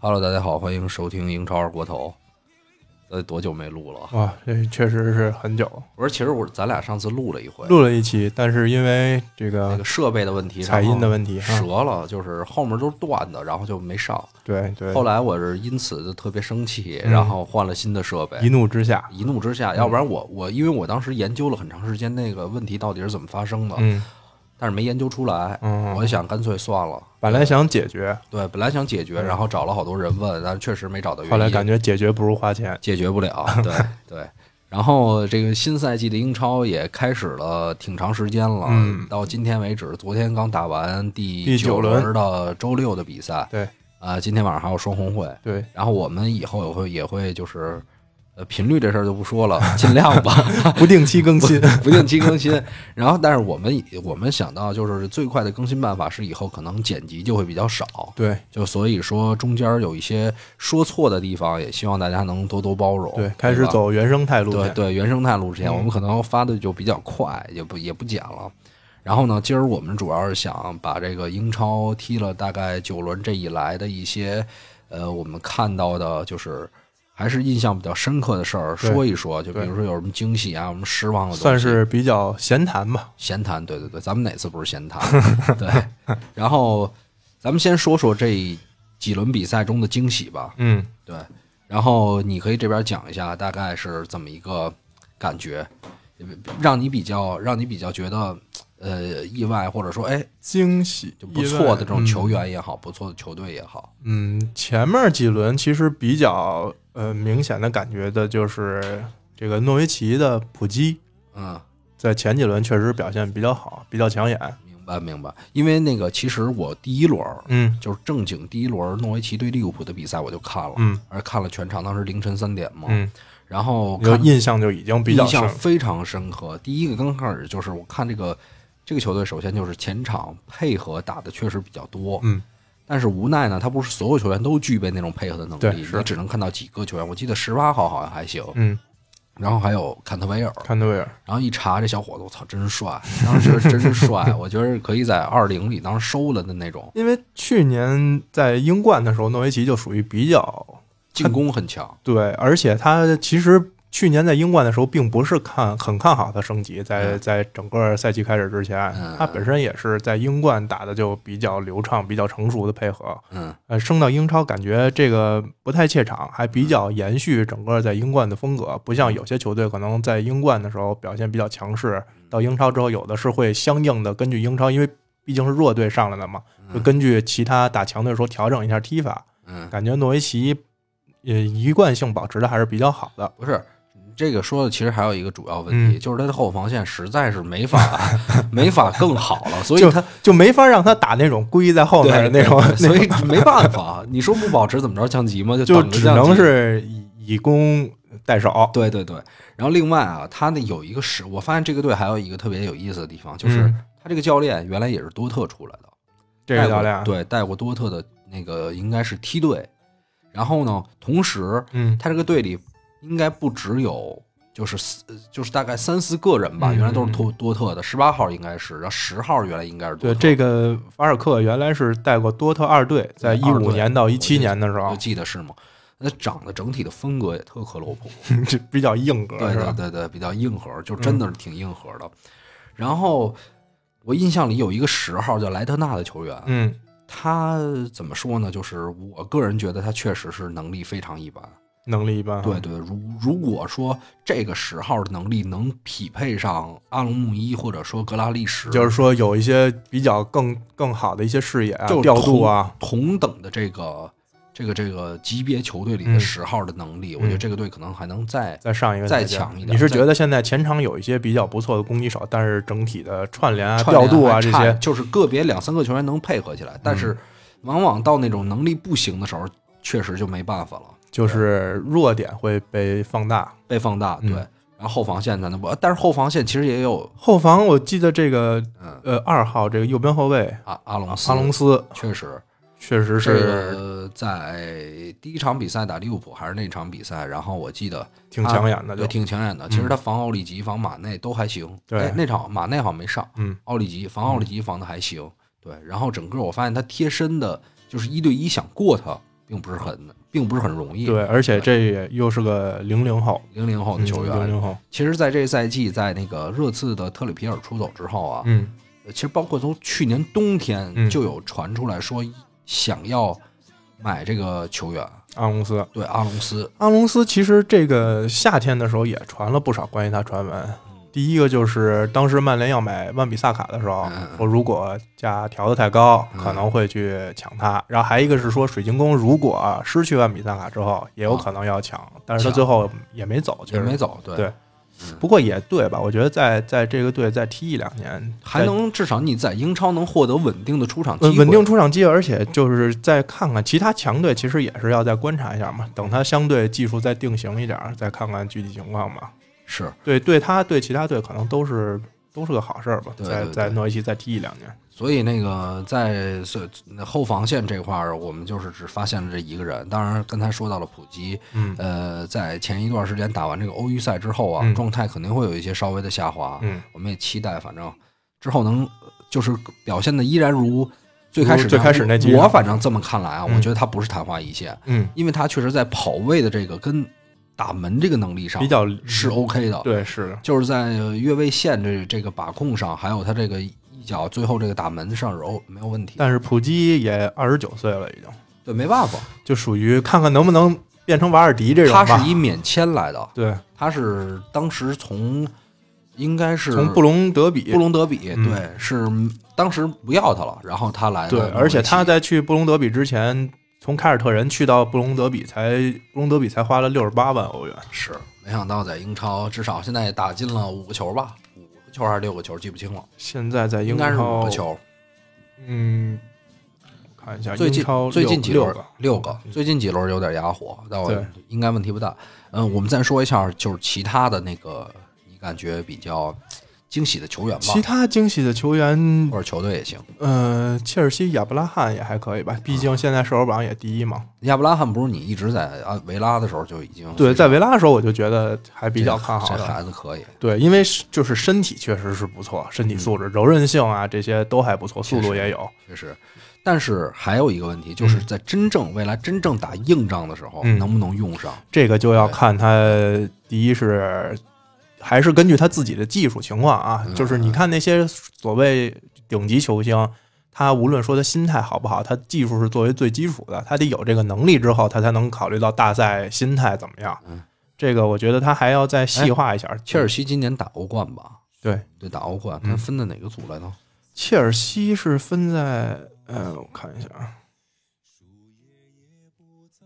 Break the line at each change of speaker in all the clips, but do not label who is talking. Hello，大家好，欢迎收听英超二锅头。呃，多久没录了？
哇，啊这确实是很久了，
我说，其实我咱俩上次录了一回，
录了一期，但是因为这
那
个
个设备的问题，
采音的问题
然
啊
后折了，就是后面都是断的，然后就没上。
对对，
后来我是因此就特别生气，
嗯
然后换了新的设备。
一怒嗯之下，
一怒之下，要不然我我因为我当时研究了很长时间那个问题到底是怎么发生的，
嗯
但是没研究出来，
嗯，
我就想干脆算了。
本来想解决，
对，本来想解决，
嗯
然后找了好多人问，但是确实没找到原因。
后来感觉解决不如花钱，
解决不 了。对对，然后这个新赛季的英超也开始了挺长时间了，
嗯
到今天为止，昨天刚打完第
第
九
九轮
轮的周六的比赛，啊、
对
今天晚上还有双红会，
对，
然后我们以后也会也会就是，呃，频率这事儿就不说 了，尽量吧。
不定期更新，
不定期更新。然后，但是我们我们想到就是最快的更新办法是以后可能剪辑就会比较少，
对
就所以说中间有一些说错的地方，也希望大家能多多包容。
对，开始
哦吧。
走原生态路嗯
对
线，
对，原生态路线，我们可能发的就比较快，也不也不剪了。然后呢，今儿我们主要是想把这个英超踢了大概九轮这以来的一些，呃，我们看到的就是还是印象比较深刻的事儿
对
说一说，就比
对
如说有什么惊喜啊，有什么失望的东西，
算是比较闲谈吧，
闲谈，对对对，咱们哪次不是闲 谈？对，然后咱们先说说这几轮比赛中的惊喜吧。
嗯，
对，然后你可以这边讲一下，大概是怎么一个感觉，让你比较让你比较觉得呃意外，或者说哎
惊喜
就不错的这种球
员。嗯
员也好，不错的球队也好，
嗯，前面几轮其实比较呃明显的感觉的就是这个诺维奇的普基，
嗯。
在前几轮确实表现比较好，比较抢眼。
明白明白，因为那个其实我第一轮儿
嗯
就是正经第一轮诺维奇对利物浦的比赛我就看了，
嗯
而看了全场，当时凌晨三点嘛，
嗯，
然后
有
看
印象就已经比较
印
深
象
了。
非常深刻。第一个刚开始就是我看这个这个球队，首先就是前场配合打的确实比较多，
嗯，
但是无奈呢，他不是所有球员都具备那种配合的能
对
力，
是
你只能看到几个球员。我记得十八号好像还行，
嗯，
然后还有坎特维尔，
坎特维尔，
然后一查这小伙子，我操，真帅！当时觉得 真帅，我觉得可以在二零里当时收了的那种，
因为去年在英冠的时候，诺维奇就属于比较
进攻很强，
对，而且他其实去年在英冠的时候，并不是看很看好他升级，在
嗯
在整个赛季开始之前
嗯，
他本身也是在英冠打的就比较流畅、比较成熟的配合。
嗯
呃，升到英超感觉这个不太怯场，还比较延续整个在英冠的风格，不像
嗯
有些球队可能在英冠的时候表现比较强势，到英超之后有的是会相应的根据英超，因为毕竟是弱队上来的嘛，就根据其他打强队的时候调整一下踢法。
嗯，
感觉诺维奇呃一贯性保持的还是比较好的。
不是。这个说的其实还有一个主要问题，
嗯
就是他的后防线实在是没法 没法更好了，所以
就
他
就没法让他打那种故意在后 面的 那种，
所以没办法，你说不保持怎么着降级吗？就
就
等着
只
降级
能是以以攻代守。
对对对。然后另外啊，他那有一个是，我发现这个队还有一个特别有意思的地方，就是
嗯
他这个教练原来也是多特出来的，
这
带
个
过
教练，，
对带过多特的那个应该是梯队。然后呢，同时
嗯，
他这个队里应该不只有。就是四，就是大概三四个人吧，
嗯
原来都是
嗯
多多特的，十八号应该是，然后十号原来应该是多
对，
特，
这个法尔克原来是带过多特二队，在一
二队
五年到一七年的时
我
候，
记得是吗？那长得整体的风格也特克洛普，
就 比较硬核，
对
是
对
吧？
对
嗯
对，比较硬核，就真的是挺硬核的。然后我印象里有一个十号叫莱特纳的球员，
嗯，
他怎么说呢？就是我个人觉得他确实是能力非常一般。
能力一般。
对，对，如如果说这个十号的能力能匹配上阿隆木伊或者说格拉利什，
就是说有一些比较更更好的一些视野啊
就、是
调度啊，
同等的这个这个这个级别球队里的
嗯
十号的能力，我觉得这个队可能还能再
再上一个
再
台阶
强一点
你是
再
觉得现在前场有一些比较不错的攻击手，但是整体的串联啊、
串联
调度啊
还
这
差
些，嗯
就是个别两三个球员能配合起来，但是往往到那种能力不行的时候，确实就没办法了，
就是弱点会被放大。
被放大。对，
嗯
然然后后防线咱就不，呃但是后防线其实也有
后防我记得这个
嗯
呃二号这个右边后卫
阿阿隆斯，
阿隆斯
确实
确实
这
是
个在第一场比赛打利物浦还是那场比赛，然后我记得
挺抢眼的，
对
就嗯
挺抢眼的。其实他防奥里吉、防马内都还行，
对
哎那场马内好像没上，
嗯，
奥里吉防奥里吉防的还行，对。然后整个我发现他贴身的，就是一对一想过他，并不是很，并不是很容易。
对，而且这也又是个零零后
零零后的球员，
零零后，
其实在这赛季，在那个热刺的特里皮尔出走之后啊，
嗯，
其实包括从去年冬天
嗯
就有传出来说想要买这个球员，
阿隆斯，
对阿隆斯，
阿隆斯其实这个夏天的时候也传了不少关于他传闻。
嗯
第一个就是当时曼联要买万比萨卡的时候
嗯，
说如果价调得太高，
嗯
可能会去抢他。然后还一个是说水晶宫如果失去万比萨卡之后，也有可能要抢，但是
哦
他
抢
最后也没走，其
也
实
没。走，对
对不过也对吧？我觉得在在这个队再踢一两年，
还能至少你在英超能获得稳定的出场机
稳
会，
稳定出场机会，而且就是再看看其他强队，其实也是要再观察一下嘛，等他相对技术再定型一点儿，再看看具体情况嘛。
是
对，对他对其他队可能都是都是个好事儿吧。
对
再
对
再
对
诺维奇再踢一两年，
所以那个在所后防线这块儿，我们就是只发现了这一个人。当然，刚才说到了普基，
嗯
呃，在前一段时间打完这个欧预赛之后啊，
嗯
状态肯定会有一些稍微的下滑。
嗯，
我们也期待，反正之后能呃就是表现的依然如最开始
如最开始那几
我
场
反正这么看来啊，
嗯
我觉得他不是昙花一现，
嗯，
因为他确实在跑位的这个跟打门这个能力上
比较
是 OK 的。
对是的，
就是在越位线这这个把控上，还有他这个一脚最后这个打门上揉没有问题。
但是普基也二十九岁了，已经
对，没办法，
就属于看看能不能变成瓦尔迪这种
他
吧。
是以免签来的，
对，
他是当时从应该是
从布隆德比
布隆德比，
嗯
对，是当时不要他了，然后他来的
对，
诺维奇。
而且他在去布隆德比之前，从凯尔特人去到布隆德比才布隆德比才花了六十八万欧元，
是没想到在英超至少现在也打进了五个球吧，五个球还是六个球，记不清了，
现在在
应
英
该是五
超
个，球。
嗯，我看一下，
最近
英超
最
六
近几
六
轮
个，
六个，最近几轮有点哑火，但我
对
应该问题不大。嗯，我们再说一下，就是其他的那个你感觉比较惊喜的球员吧
其，他惊喜的球员
或者球队也行。
呃，切尔西亚布拉罕也还可以吧，毕竟现在射手榜也第一嘛。
亚布拉罕不是你一直在啊维拉的时候就已经
对，在维拉的时候我就觉得还比较看好
这
的。
孩子可以，
对，因为是就是身体确实是不错，身体素质、柔韧性啊这些都还不错，速度也有。
嗯确实。但是还有一个问题，就是在真正未来真正打硬仗的时候，
嗯
能不能用上？
这个就要看他第一是还是根据他自己的技术情况啊，
嗯
就是你看那些所谓顶级球星。他无论说他心态好不好，他技术是作为最基础的，他得有这个能力之后，他才能考虑到大赛心态怎么样
嗯。哎
这个我觉得他还要再细化一下。
切尔西今年打欧冠吧？
对，
对，打欧冠，他
嗯
分的哪个组来着？
切尔西是分在，呃，我看一下，啊，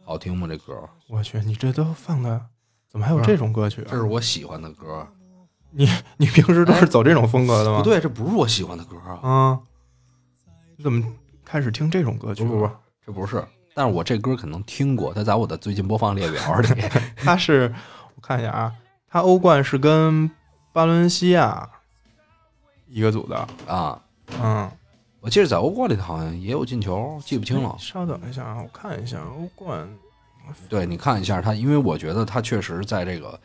好听吗？这歌，
我去，你这都放的，怎么还有这种歌曲、
嗯这
啊？
是我喜欢的歌。
你平时都是走这种风格的 吗？
不，对，这不是我喜欢的歌啊，
啊，你怎么开始听这种歌曲？
不不不，这不是。但是我这歌可能听过，它在我的最近播放列表里。
他是我看一下啊，他欧冠是跟巴伦西亚一个组的，
啊，
嗯，
我记得在欧冠里头好像也有进球，记不清了。
稍等一下啊，我看一下欧冠，
对，你看一下他，因为我觉得他确实在这个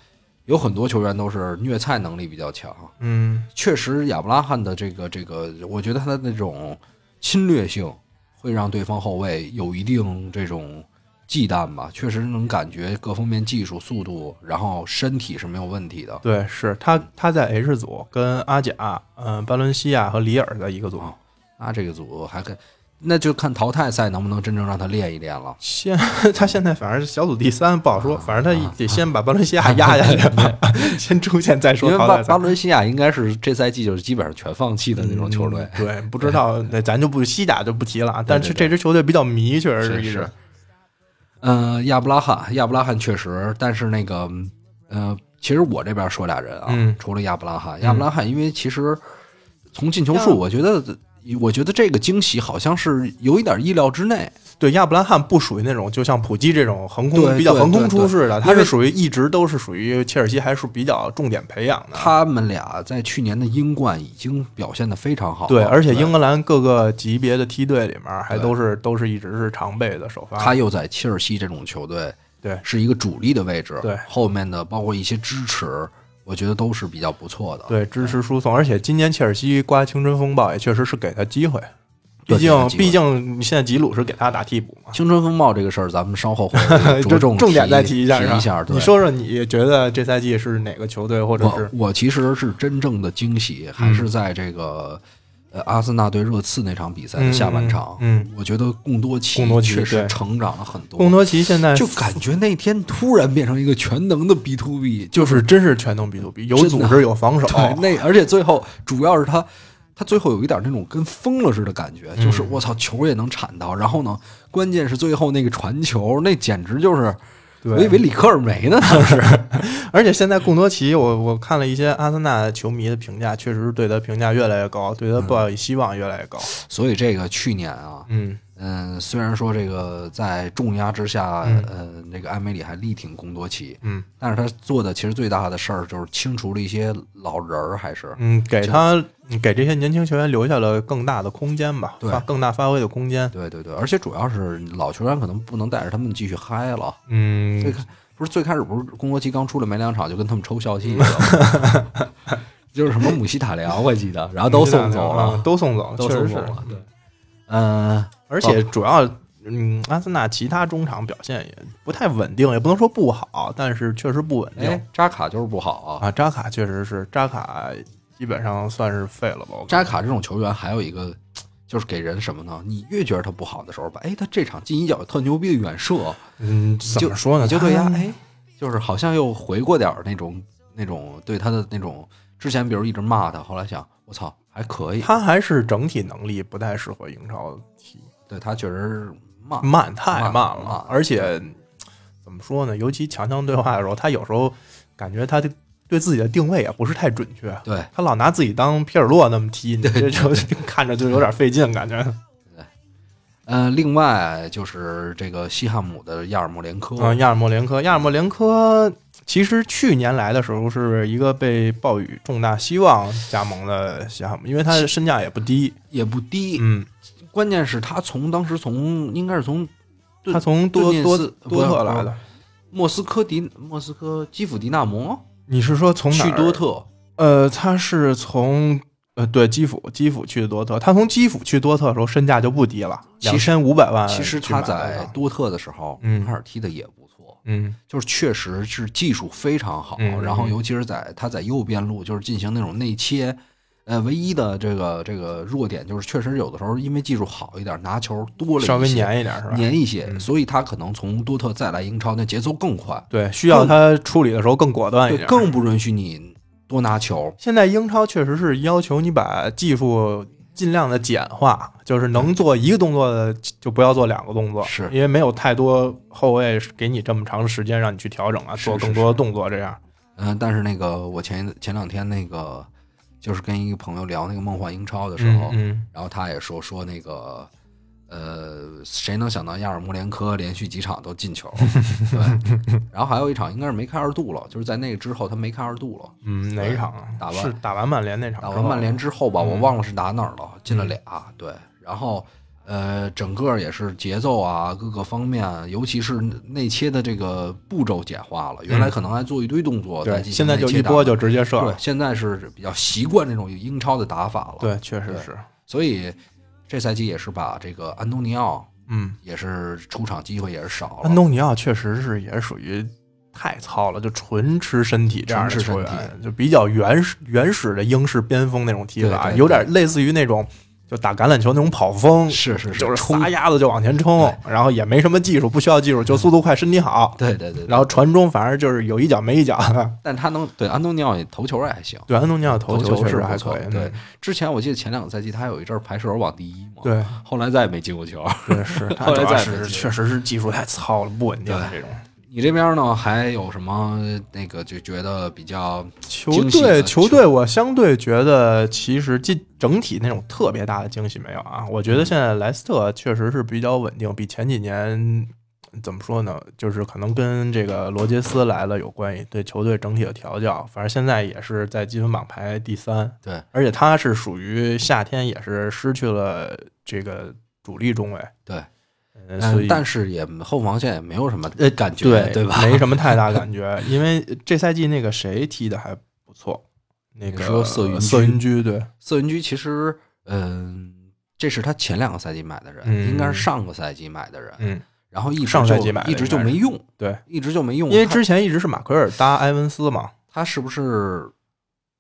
有很多球员都是虐菜能力比较强，
嗯，
确实亚布拉罕的这个这个，我觉得他的那种侵略性会让对方后卫有一定这种忌惮吧，确实能感觉各方面技术、速度，然后身体是没有问题的。
对，是他他在 H 组跟阿贾、嗯、巴伦西亚和里尔在一个组。
哦那这个组还跟，那就看淘汰赛能不能真正让他练一练了。
先，他现在反正是小组第三，不好说。
啊
反正
啊
他得先把巴伦西亚压下去吧，先出现再
因
说
为
淘
巴
汰
巴
赛。
伦西亚应该是这赛季就是基本上全放弃的那种球队
嗯，对，不知 道，那咱就不西甲就不提了啊。但是
对对
这支球队比较迷，确实是一支
是。嗯，亚布拉罕，亚布拉罕确实，但是那个，呃，其实我这边说俩人啊，
嗯
除了亚布拉罕，亚布拉罕，因为其实从进球数，
亚
我觉得我觉得这个惊喜好像是有一点意料之内。
对，亚布拉罕不属于那种就像普基这种横空
对
比较
对
横空
对
出
对
世的，
因
他是
为
属于一直都是属于切尔西还是比较重点培养的。
他们俩在去年的英冠已经表现的非常好了，
对，而且英格兰各个级别的梯队里面还
哦对
都是都是一直是常备的首发。
他又在切尔西这种球队
啊对
是一个主力的位置，
对
后面的包括一些支持，我觉得都是比较不错的。
对，支持输送，而且今年切尔西刮青春风暴也确实是给他机会，毕
对给他
竟
机会
毕竟现在吉鲁是给他打替补嘛，
青春风暴这个事儿，咱们稍后 会
哎这
着
重
重
点再提
一
下是
提
吧？
对
你说说你觉得这赛季是哪个球队或者
我
是嗯
我其实是真正的惊喜，还是在这个、呃阿森纳对热刺那场比赛的下半场。
嗯，嗯
我觉得贡多齐
贡多齐
确
对
实成长了很
贡
多，
多齐现在
就感觉那天突然变成一个全能的 B to B，
就是真是全能 B to B，有
真的
组织有防守，
对，那而且最后主要是他，他最后有一点那种跟疯了似的感觉，
嗯
就是我操，球也能铲到。然后呢，关键是最后那个传球，那简直就是，
对
我以为里克尔梅呢， 当时
而且现在贡多齐，我我看了一些阿森纳球迷的评价，确实是对他评价越来越高，对
嗯
他抱以希望越来越高。
所以这个去年啊，
嗯，
嗯，虽然说这个在重压之下，
嗯
呃，那个艾梅里还力挺贡多齐，
嗯
但是他做的其实最大的事儿就是清除了一些老人儿，还是
嗯，给他给这些年轻球员留下了更大的空间吧，
对
发更大发挥的空间。
对对对，而且主要是老球员可能不能带着他们继续嗨了。最
嗯，
开不是最开始不是宫国基刚出来没两场就跟他们抽笑 气了吗，就是什么姆希塔良我记得，然后都送走
嗯
了，
都送走，
都
确实
送
是
走。了。对，嗯，
而且主要，嗯，阿森纳其他中场表现也不太稳定，也不能说不好，但是确实不稳定
哎，扎卡就是不好啊。
啊。扎卡确实是，扎卡基本上算是废了吧。我感觉
扎卡这种球员还有一个就是给人什么呢？你越觉得他不好的时候吧，哎，他这场进一脚特牛逼的远射，
嗯，怎么说呢？
你就对
他
呀，哎，就是好像又回过点儿那种那种对他的那种之前，比如一直骂他，后来想我操还可以，
他还是整体能力不太适合英超踢，
对他确实骂
慢太慢
慢
了，
慢
而且怎么说呢？尤其强强对话的时候，他有时候感觉他的对自己的定位也不是太准确，
对。
他老拿自己当皮尔洛那么踢，你这就看着就有点费劲，感觉。
呃，另外就是这个西汉姆的亚尔莫连科，
嗯，亚尔莫连科，亚尔莫连科其实去年来的时候是一个被暴雨重大希望加盟的项目，因为他的身价也不低。
也不低。
嗯，
关键是他从当时从应该是从
他从多
顿涅
多
斯
多特
不是
来的。
莫斯科迪莫斯科基辅迪纳摩
你是说从哪
去
儿
多特，
呃，他是从呃对基辅基辅去的多特，他从基辅去多特的时候身价就不低了，
其
两千五百万啊去买
其
的。
实他在多特的时候，
嗯
开始踢的也不错。
嗯
就是确实是技术非常好，
嗯嗯
然后尤其是在他在右边路，就是进行那种内切，呃，唯一的这个这个弱点就是确实有的时候因为技术好一点，拿球多了一些，
稍微粘一点是吧？
黏一些，
嗯
所以他可能从多特再来英超，那节奏更快，
对，需要他处理的时候更果断
对，
一点。
更不允许你多拿球。
现在英超确实是要求你把技术尽量的简化，就是能做一个动作的就不要做两个动作，
是
因为没有太多后卫给你这么长的时间让你去调整啊，
是
做
是
更多的动作这样。
嗯、但是那个我前前两天那个就是跟一个朋友聊那个梦幻英超的时候，
嗯
然后他也说说那个。呃，谁能想到亚尔穆连科连续几场都进球？对， 然后还有一场应该是梅开二度了，就是在那个之后他梅开二度了。
嗯，哪一场啊？
打完
是打完曼联那场之
打
后，
完曼联之后吧，我
嗯
忘了是打哪儿了，进了俩，对，然后呃，整个也是节奏啊，各个方面，尤其是内切的这个步骤简化了，原来可能还做一堆动作，再
嗯对，
进行
现在就
内切
一
打
波就直接射
对
了，。
现在是比较习惯这种英超的打法了，，
对，确实
对
是，
所以这赛季也是把这个安东尼奥
嗯，
也是出场机会也是少了，
安东尼奥确实是也是属于太糙了，就纯吃身体这样的
纯吃
球
身体
员，就比较原始原始的英式边锋那种踢法，
对对对
有点类似于那种就打橄榄球那种跑风，
是是是
就是
冲
撒丫子就往前冲，然后也没什么技术，不需要技术，就速度快，身体好，
对对对，对
然后传中反而就是有一脚没一脚。
但他能对安东尼奥也投球也还行。
对，安东尼奥头
投球
确
是
实
不
还
错
可以，
对
嗯，
之前我记得前两个赛季他有一阵儿排手往第一嘛，，
对
后来再也没进过球。
对是，他
后来
主要
再
是
没进
确实是技术太糙了，不稳定
对
这种。
你这边呢还有什么那个就觉得比较
球
惊喜啊
队
的
球队，我相对觉得其实这整体那种特别大的惊喜没有啊。我
嗯
觉得现在莱斯特确实是比较稳定，比前几年怎么说呢，就是可能跟这个罗杰斯来了有关系，对球队整体的调教。反正现在也是在积分榜排第三，
对
而且他是属于夏天也是失去了这个主力中卫，
对，
嗯，所
嗯
以
但是也后防线也没有什么
呃
感觉，
对
对吧？
没什么太大感觉，因为这赛季那个谁踢的还不错，那
你
个
说瑟云居
瑟云居对，
瑟云居其实，嗯，这是他前两个赛季买的人，
嗯
应该是上个赛季买的人，
嗯，
然后一直
上
就
赛季买的
一直就
应该
没
是
用，
对，
一直就没用，
因为
他
之前一直是马奎尔搭埃文斯嘛，
他是不是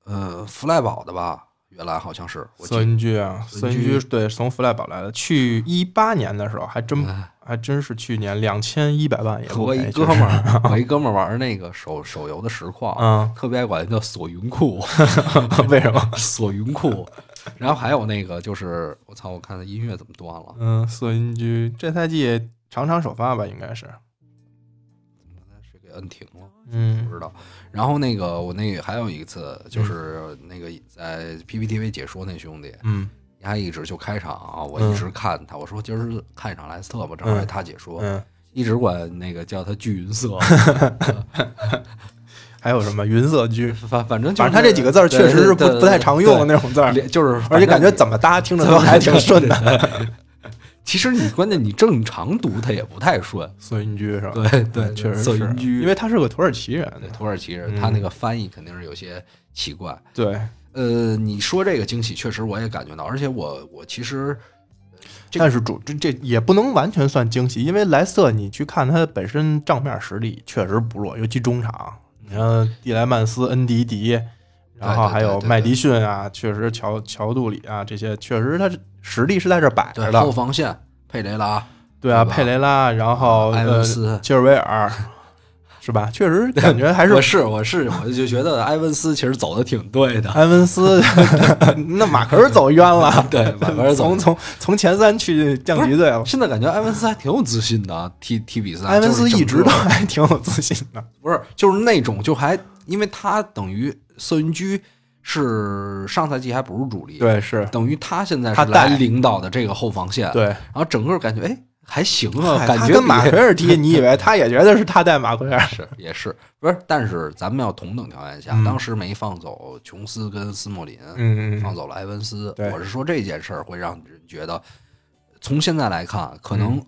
呃弗赖堡的吧？原来好像是，我记
瑟云居啊，
瑟
瑟
云
云
居
居对，是从弗赖堡来的，去一八年的时候还真
哎
还真是去年两千一百万也不
我
便
一
宜
哥们 儿，我一哥们儿玩那个手手游的实况，
嗯
特别爱管它叫锁云库，
确实 为什么？
锁云库。 然后还有那个就是，我操，我看他音乐怎么断了？
嗯，瑟云居这赛季场场首发吧，应该是，
谁给摁停了？不
嗯
知道。然后那个我那个还有一次，就是那个在 PPTV 解说那兄弟，
嗯
他一直就开场啊，我
嗯
一直看他，我说今儿看一场莱斯特吧，正好还他解说，
嗯，
一直管那个叫他聚云色，
还有什么云色居？
反反正就是
反正他这几个字儿确实是不
对对对
不太常用的
对
那种字儿，
连就是 反正
而且感觉怎么搭听着都还挺顺的。
其实你关键你正常读它也不太顺，
索 云居是吧？
对对，
确实
色
是
云，居，
因为他是个土耳其人
对。土耳其人
嗯
他那个翻译肯定是有些奇怪。
对，
呃，你说这个惊喜，确实我也感觉到，而且我我其实这个
但是主这这也不能完全算惊喜，因为莱斯特你去看他本身账面实力确实不弱，尤其中场，你像蒂莱曼斯、恩迪迪，然后
嗯对对对
还有
对对
麦迪逊啊，确实乔乔杜里啊这些，确实他是实力是在这摆
对
着
后
的。
防线佩雷拉、
对啊，
对吧
佩雷拉，然后
埃
呃
文斯，
切尔维尔， 是吧？确实感觉还是
我是我是我就觉得埃文斯其实走的挺对 的，
埃文斯，那马奎尔走冤了，
对马奎尔走
从从从前三去降级队了。
现在感觉埃文斯还挺有自信的啊，踢踢比赛，
埃文斯
就是
一
整
直
个
都还挺有自信的，
不是，就是那种就还，因为他等于瑟云居是上赛季还不是主力，，
对，是，
等于他现在
他
是
带
来领导的这个后防线，，
对。
然后整个感觉哎还行啊，
嗨
感
他
觉
跟马奎
比
尔 踢，你以为他也觉得是他带马奎尔？
是 也是不是？但是咱们要同等条件下，
嗯
当时没放走琼斯跟斯莫林，
嗯嗯
放
嗯，
走了埃文斯，
对
我是说这件事儿会让人觉得，从现在来看，可
嗯
能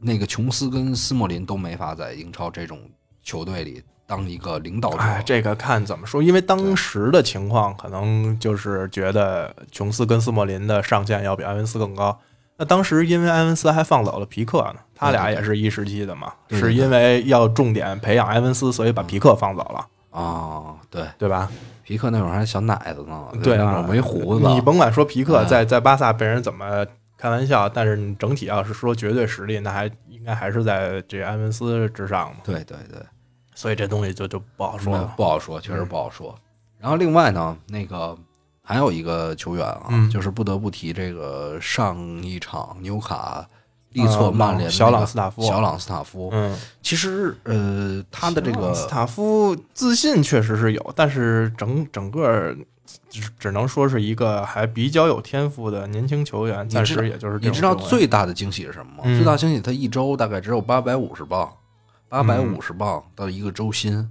那个琼斯跟斯莫林都没法在英超这种球队里当一个领导者，
哎，这个看怎么说，因为当时的情况可能就是觉得琼斯跟斯莫林的上限要比埃文斯更高。那当时因为埃文斯还放走了皮克呢，他俩
对对
也是一时期的嘛，
对对
是因为要重点培养埃文斯，所以把皮克放走了，
啊，对，
对吧？
皮克那会儿还小奶子呢，
对
那会
啊
儿，没胡子，
你甭管说皮克
嗯
在在巴萨被人怎么开玩笑，但是你整体要是说绝对实力，那还应该还是在这埃文斯之上嘛。
对对对，
所以这东西就就不好说
那
了。
不好说，确
嗯
实不好说。然后另外呢，那个还有一个球员啊，
嗯
就是不得不提这个上一场纽卡力挫
啊
嗯曼联的那个、
小朗斯塔夫
小朗斯塔夫，
嗯，
其实呃，他的这个
斯塔夫自信确实是有，但是整整个只只能说是一个还比较有天赋的年轻球员，
你
暂
知道
时也就是这
你
种
知道
情况
最大的惊喜是什么吗？
嗯
最大惊喜，他一周大概只有八百五十磅，八百五
嗯
十磅到一个周薪，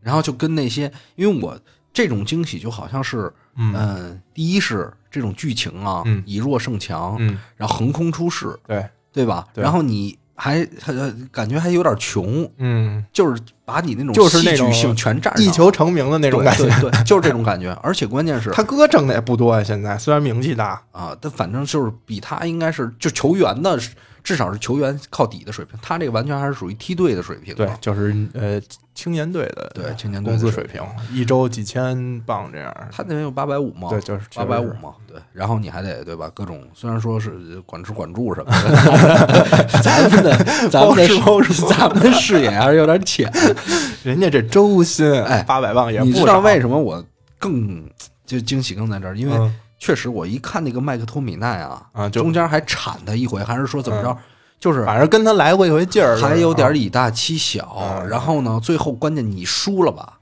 然后就跟那些，因为我这种惊喜就好像是，嗯、
嗯
第一是这种剧情啊，
嗯
以弱胜强，
嗯
然后横空出世，
对
对吧？
对
然后你还还呃感觉还有点穷，
嗯
就是把你那种
就是那种
戏剧性全占上，
一球成名的那种感觉
对。对对，就是这种感觉。 而且关键是
他哥挣的也不多呀，现在虽然名气大，
啊，但反正就是比他应该是就球员的，至少是球员靠底的水平，他这个完全还是属于梯队的水平
对
啊。，
就是呃青年队的
对青年队
工
的
资
水
水平，一周几千镑这样。
他那边有八百五嘛，
对，就是
八百五，嘛，对，然后你还得对吧？各种虽然说是管吃管住什么的， 咱们的咱们的
包吃包
视咱们的视野还是有点浅。
确实人家这周薪
哎
八百万也
你
不
知道
少。
为什么我更就惊喜更在这儿？因为
嗯
确实我一看那个麦克托米奈啊，
啊就嗯
中间还铲他一回，还是说怎么着？就是
反正跟他来过一回劲儿，
还有点
啊
以大欺小。
嗯
然后呢，最后关键你输了吧，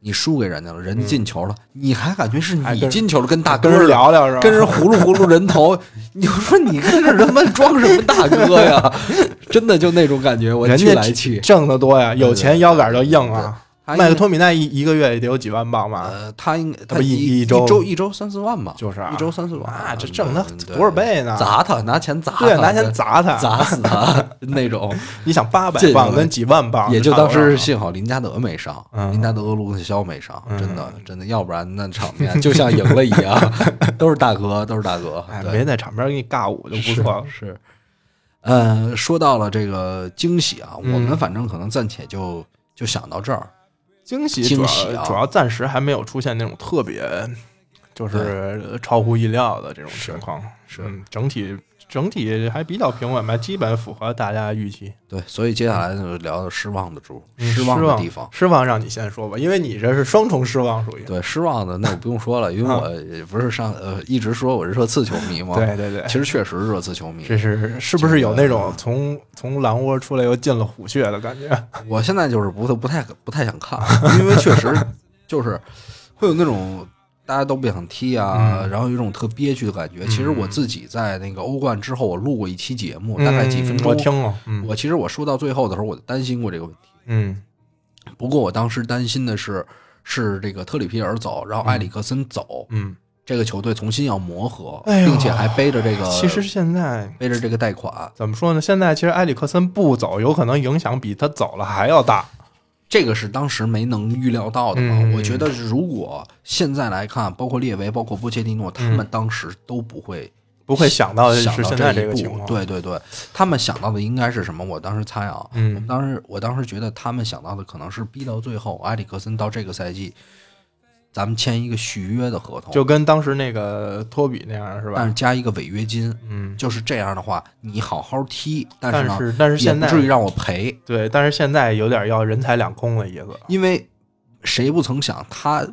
你输给人家了，人家进球了，你还感觉是
还
你
嗯哎跟
进球了，跟大哥
跟人
似的
聊聊是吧？
跟人呼噜呼噜人 头，你就说你跟这他妈装什么大哥呀？ 真的就那种感觉，我
人
气
家
来气。
挣得多呀，有
对
钱
对
腰杆就硬啊。
他
麦克
应该
托米奈一一个月也得有几万镑吧？
呃，他应该
啊他
他
不一
一
一周
周一周三四万吧，
就是啊
一周三四万
啊，这挣他
嗯对
多少倍呢？
砸他，拿钱砸他，
对，啊拿钱呃砸他，
砸死 他那种。
你想八百
这
磅
个
跟几万磅，
也就
差不
当时
多
幸好林加德没上，
嗯
林加德、卢克肖没上，
嗯
真的真的，要不然那场面就像赢了一 样，都是大哥，都是大哥。
哎，
对
没在场边给你尬舞就不错了。
是。是呃，说到了这个惊喜啊，
嗯
我们反正可能暂且就就想到这儿。
惊喜主
惊
要
喜啊
主要暂时还没有出现那种特别就是超乎意料的这种情况，
是
嗯整体整体还比较平稳吧，基本符合大家预期。
对，所以接下来就聊聊失望的猪，
嗯
失望的地方。
失望让你先说吧，因为你这是双重失望，属于
对，失望的那我不用说了，因
嗯
为我也不是上呃一直说我是热刺球迷嘛，
对对对，
其实确实是热刺球迷。
这是是不是有那种从从狼窝出来又进了虎穴的感觉？
我现在就是不不太不太想看，因为确实就是会有那种大家都不想踢啊，
嗯
然后有一种特憋屈的感觉。其实我自己在那个欧冠之后，我录过一期节目，大概几分
嗯我
钟。
听了，嗯
我其实我说到最后的时候，我就担心过这个问题。
嗯
不过我当时担心的是，是这个特里皮尔走，然后埃里克森走，
嗯，
这个球队重新要磨合，
哎呦
并且还背着这个，
其实现在。
背着这个贷款，
怎么说呢？现在其实埃里克森不走，有可能影响比他走了还要大。
这个是当时没能预料到的嘛。
嗯
我觉得如果现在来看，包括列维，包括波切蒂诺，他们当时都不会
不会想到嗯是
想到
现在
这一
个
步
情况。，
对对对，他们想到的应该是什么？我当时猜啊，
嗯
当时我当时觉得他们想到的可能是逼到最后，埃里克森到这个赛季，咱们签一个续约的合同，
就跟当时那个托比那样是
但
吧？
是加一个违约金。
嗯，
就是这样的话，你好好踢，但
但
呢，
是但是
也
现
不
在
至于让我赔，
对，但是现在有点要人财两空的意思。
因为谁不曾想，他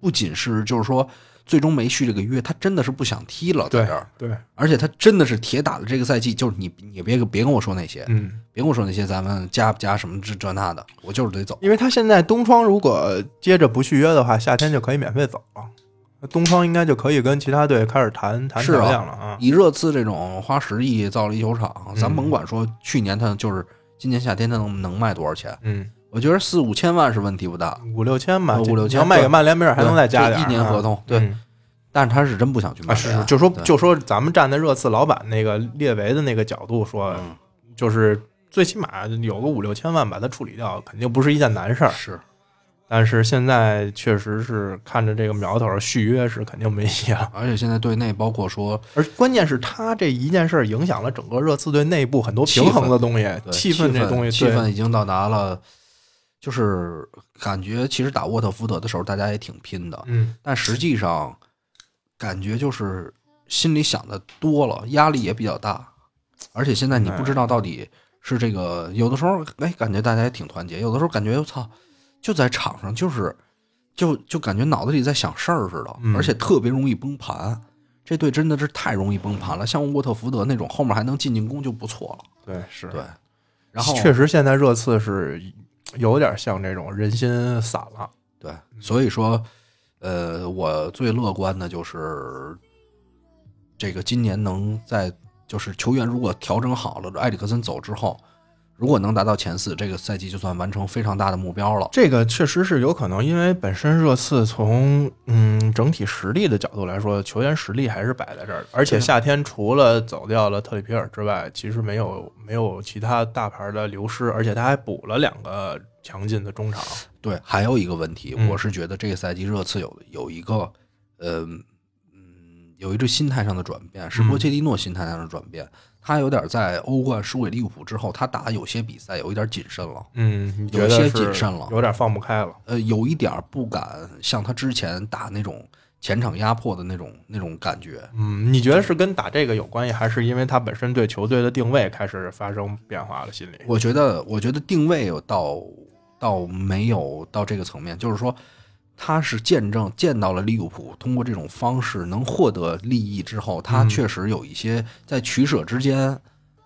不仅是就是说最终没续这个约，他真的是不想踢了在
对
这儿，
对，
而且他真的是铁打了这个赛季，就是你你别别跟我说那些，
嗯，
别跟我说那些咱们加不加什么这这那的，我就是得走。
因为他现在东窗如果接着不续约的话，夏天就可以免费走了。那东窗应该就可以跟其他队开始谈谈
是
条
啊
件了啊。
以热刺这种花十亿造了一球场，咱
嗯
甭管说去年他就是今年夏天他能能卖多少钱，
嗯，
我觉得四五千万是问题不大，
五六千吧，
呃五六千
你要卖给曼联，没准还能再加
对
点儿
一年
啊
合同对
嗯
但是他是真不想去
啊，
卖
是
人
是，就说
对
就说咱们站在热刺老板那个列维的那个角度说，
嗯
就是最起码有个五六千万把它处理掉，肯定不是一件难事儿。
是
但是现在确实是看着这个苗头，续约是肯定没戏了。
而且现在队内包括说
而关键是他这一件事儿影响了整个热刺队内部很多平衡的东西，
对
气
氛
氛这东西，
气
对
氛已经到达了，就是感觉其实打沃特福德的时候大家也挺拼的，
嗯，
但实际上感觉就是心里想的多了，压力也比较大，而且现在你不知道到底是这个，有的时候哎感觉大家也挺团结，有的时候感觉我操，就在场上就是就就感觉脑子里在想事儿似的，
嗯
而且特别容易崩盘。这队真的是太容易崩盘了，像沃特福德那种后面还能进进攻就不错了。
对是
对，然后
确实现在热刺是有点像这种人心散了。
对，
嗯
所以说，呃，我最乐观的就是这个今年能在就是球员如果调整好了，埃里克森走之后，如果能达到前四，这个赛季就算完成非常大的目标了。
这个确实是有可能，因为本身热刺从嗯整体实力的角度来说，球员实力还是摆在这儿的。而且夏天除了走掉了特里皮尔之外，其实没有没有其他大牌的流失，而且他还补了两个强劲的中场。
对，还有一个问题，
嗯
我是觉得这个赛季热刺有有一个，呃，嗯，有一个心态上的转变，
嗯
是波切蒂诺心态上的转变。他有点在欧冠输给利物浦之后，他打有些比赛有一点谨慎了。
嗯，你觉
有
得
些
是
谨慎了
有点放不开了。
呃，有一点儿不敢像他之前打那种前场压迫的那种那种感觉。
嗯，你觉得是跟打这个有关系，还是因为他本身对球队的定位开始发生变化了？心里
我觉得，我觉得定位有到到没有到这个层面，就是说他是见证见到了利物浦通过这种方式能获得利益之后，他
嗯
确实有一些在取舍之间。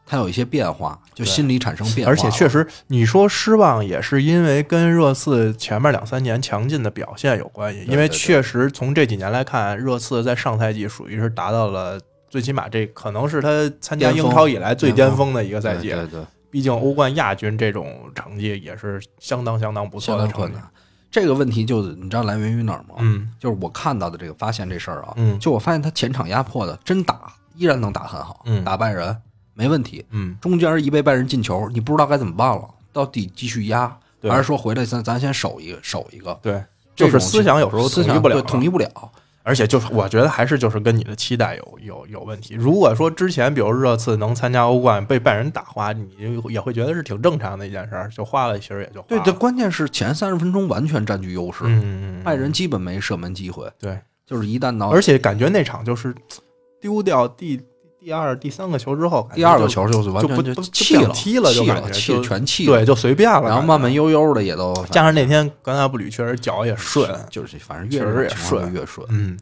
他有一些变化，就心理产生变化了。
而且确实，你说失望也是因为跟热刺前面两三年强劲的表现有关系，因为
对对
确实从这几年来看，热刺在上赛季属于是达到了最起码这可能是他参加
巅
英
峰
超以来最
巅
巅
峰
峰的一个赛季
对。对对，
毕竟欧冠亚军这种成绩也是相当相当不错
相
的
当困
成绩
难。。这个问题就你知道来源于哪儿吗？
嗯
就是我看到的这个发现这事儿啊，
嗯
就我发现他前场压迫的真打依然能打很好，
嗯
打拜仁没问题。
嗯，
中间一被拜仁进球，你不知道该怎么办了，到底继续压，
对
还是说回来咱咱先守一个守一个？
对，就是
这种
思想有时候
思
统
想
一不了啊
对，统一不了。
而且就是我觉得还是就是跟你的期待有有有问题。如果说之前比如热刺能参加欧冠被拜仁打花，你就也会觉得是挺正常的一件事儿，就花了其实也就花
对
了。
对，关键是前三十分钟完全占据优势，
嗯，嗯，嗯
拜仁啊基本没射门机会，
对，
就是一旦到
而且感觉那场就是丢掉第第二、第三个球之后，感觉
第二个
就
球就是完
就不
全
不不
气
想
了，
踢了就
气
感
了，
觉
气
就
全气了，
对就随便了，
然后
感
慢
觉
慢悠悠的也都
加上那天格纳布里确实脚也顺，
就是反正
确
越这种
实也
情况就
顺
越顺。
嗯，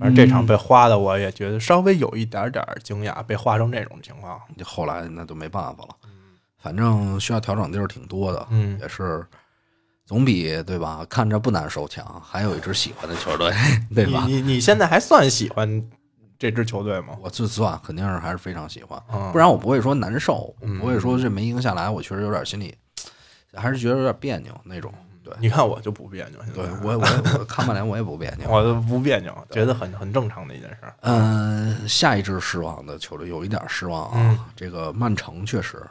反正这场
嗯
被花的，我也觉得稍微有一点点儿惊讶，被花成这种情况。
就后来那就没办法了，反正需要调整地儿挺多的，
嗯
也是总比对吧？看着不难受强，还有一支喜欢的球队， 对吧？
你你你现在还算喜欢这支球队吗？
我自算肯定是还是非常喜欢，
嗯
不然我不会说难受，我
嗯
不会说这没赢下来，我确实有点心里还是觉得有点别扭那种。对，
你看我就不别扭，现在
对我我我看曼联我也不别扭。
我都不别扭，觉得很很正常的一件事儿。
嗯、下一支失望的球队有一点失望啊，
嗯
这个曼城确实，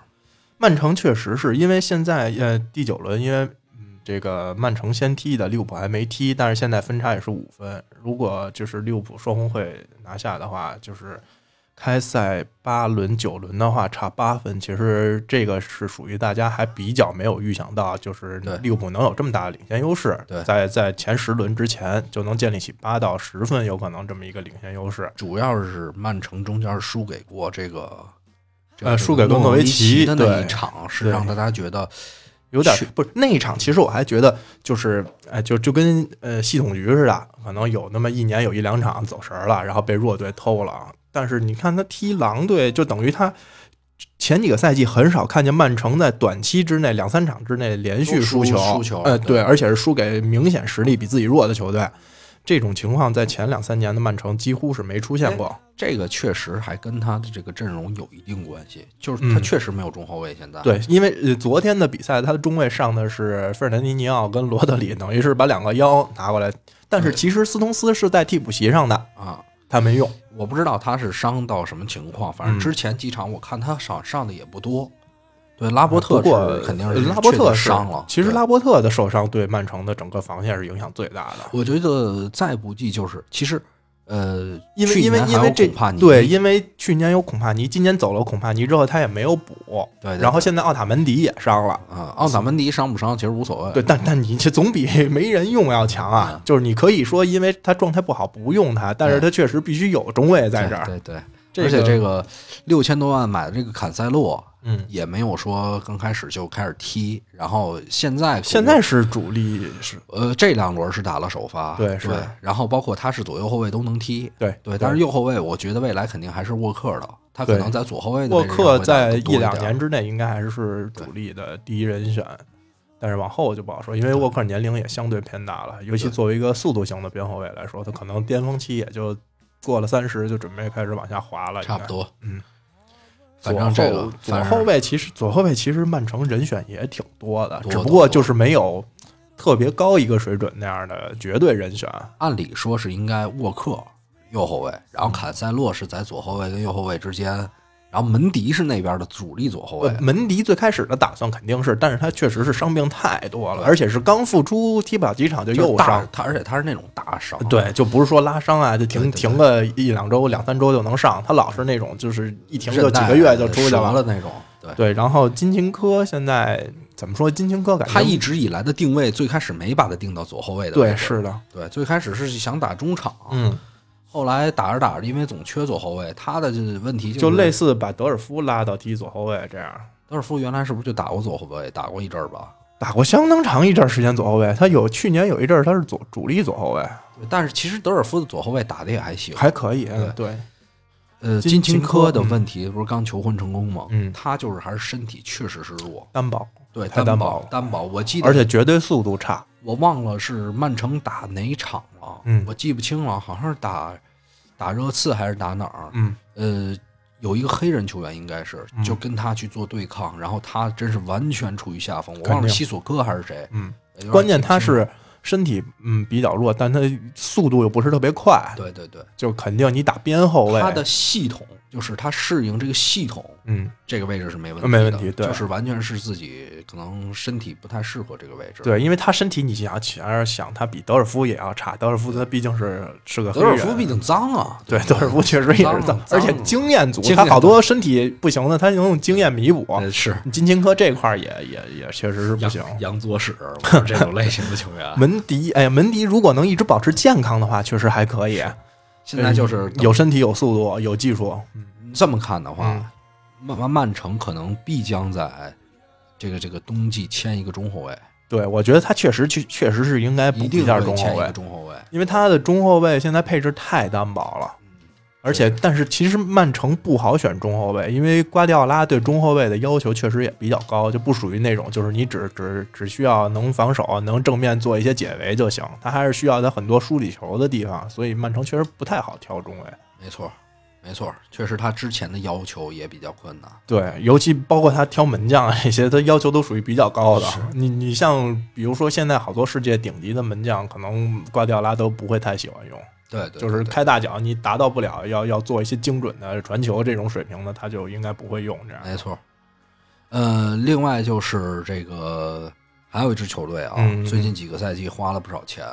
曼城确实是因为现在呃第九轮，因为嗯这个曼城先踢的，利物浦还没踢，但是现在分差也是五分。如果就是利物浦双红会拿下的话，就是开赛八轮九轮的话差八分，其实这个是属于大家还比较没有预想到，就是
对
利物浦能有这么大的领先优势
对，
在在前十轮之前就能建立起八到十分有可能这么一个领先优势。
主要是曼城中间输给过这个，这个
呃输给过
诺
诺维
维
奇
的那
对
一场，是
对
让大家觉得
有点
是
不是那一场，其实我还觉得就是，哎，就就跟呃系统局似的，可能有那么一年有一两场走神儿了，然后被弱队偷了。但是你看他踢狼队，就等于他前几个赛季很少看见曼城在短期之内两三场之内连续
都输
球，
输球
呃，
对
对，而且是输给明显实力比自己弱的球队。这种情况在前两三年的曼城几乎是没出
哎
现过。
这个确实还跟他的这个阵容有一定关系，就是他
嗯
确实没有中后卫现在。
对，因为呃昨天的比赛，他的中卫上的是费尔南迪尼奥跟罗德里，等于是把两个腰拿过来。但是
对
其实斯通斯是在替补席上的，
啊，
他没用。
我不知道他是伤到什么情况，反正
嗯
之前几场我看他上上的也不多。对，拉波特
啊不过呃
是肯定是
拉波
确
特
实
是
伤了。
其实
对
拉波特的受伤对曼城的整个防线是影响最大的。
我觉得再不济就是，其实呃，
因为
去
因为
年还
因为
有
这
孔帕尼
对，因为去年有孔帕尼，今年走了孔帕尼之后，他也没有补。
对对
然后
对
现在奥塔门迪也伤了。
啊，奥塔门迪伤不伤其实无所谓。
对，但但你这总比没人用要强啊
嗯！
就是你可以说，因为他状态不好不用他，但是他确实必须有中卫在这儿。
对对
这
而且
个
这个六千多万买的这个坎塞洛
嗯，
也没有说刚开始就开始踢，然后现在
现在是主力是，
呃这两轮是打了首发，
对
对，
是的
然后包括他是左右后卫都能踢，
对
对，但是右后卫我觉得未来肯定还是沃克的，他可
对
能在左后卫的
沃
位置上
克
会打
在
得多
一两
点
年之内应该还是主力的第一人选，但是往后就不好说，因为沃克年龄也相对偏大了，尤其
对
作为一个速度型的边后卫来说，他可能巅峰期也就过了三十，就准备开始往下滑了，
差不多，
嗯。
反正这个
左
反
后左后
正
卫其实左后卫其实曼城人选也挺多的，
多
只不
多
过
多
就是没有特别高一个水准那样的绝对人选。
按理说是应该沃克右后卫，然
嗯
后坎塞洛是在左后卫跟右后卫之间，然后门迪是那边的主力左后卫
呃，门迪最开始的打算肯定是，但是他确实是伤病太多了，
对
而且是刚复出踢不了几场就
就是
又
大
伤。
他，而且他是那种大伤，
呃对，就不是说拉伤啊，就停
对对对
停个一两周、两三周就能上。他老是那种，就是一停就
韧
几
带啊
个月就出去
折
了。
了那种。对，
对，然后金琴科现在怎么说？金琴科感觉
他一直以来的定位，最开始没把他定到左后卫的位
对
置。
是的，
对，最开始是想打中场，
嗯，
后来打着打着，因为总缺左后卫，他的这问题
就是类似把德尔夫拉到踢左后卫这样。
德尔夫原来是不是就打过左后卫，打过一阵儿吧？
打过相当长一阵儿时间左后卫，他有去年有一阵儿他是左主力左后卫，嗯
对但是其实德尔夫的左后卫打的也还行，
还可以。对，
呃，
金
金琴
琴科
科的
嗯
问题不是刚求婚成功吗？
嗯
他就是还是身体确实是弱，
单保，
对，
太
单
单薄了
单薄。我记得，
而且绝对速度差，
我忘了是曼城打哪一场了，
嗯
我记不清了，好像是打打热刺还是打哪儿？
嗯，
呃，有一个黑人球员应该是
嗯
就跟他去做对抗，然后他真是完全处于下风。我
肯
忘了
定
西索科还是谁，
嗯，
有点
关键他
记不清了
是身体嗯比较弱，但他速度又不是特别快，
对对对，
就肯定你打边后卫，
他的系统就是他适应这个系统。
嗯，
这个位置是没问题的，
没问题对
就是完全是自己可能身体不太适合这个位置。，
对，因为他身体你想想想，他比德尔夫也要差，德尔夫他毕竟是是个
德
黑
尔
人，
夫毕竟脏啊，
对德尔夫确实也是
脏了
而且
脏了
经验足，
经
他
验
好
足
多身体不行的，他能用经验弥补。
呃是
金琴科这块儿也也也确实是不
杨
行。，
杨作史我是这种类型的球员
门迪，哎，门迪如果能一直保持健康的话，确实还可以。
现在就是
嗯有身体、有速度、有技术。
这么看的话
嗯，
曼曼曼城可能必将在这个这个冬季签一个中后卫，
对，我觉得他确实确确实是应该补
一定
下
会
中
签一
后
个
卫，
中后卫。
因为他的中后卫现在配置太单薄了。
嗯
而且，但是其实曼城不好选中后卫，因为瓜迪奥拉对中后卫的要求确实也比较高，就不属于那种就是你只只只需要能防守、能正面做一些解围就行，他还是需要他很多梳理球的地方，所以曼城确实不太好挑中卫。
没错，没错，确实他之前的要求也比较困难。
对，尤其包括他挑门将啊 这些，他要求都属于比较高的。你你像比如说现在好多世界顶级的门将，可能瓜迪奥拉都不会太喜欢用，
对，对
就是
对
开大脚你达到不了要要做一些精准的传球这种水平的，他就应该不会用这样。
没错。呃，另外就是这个还有一支球队啊，
嗯
最近几个赛季花了不少钱，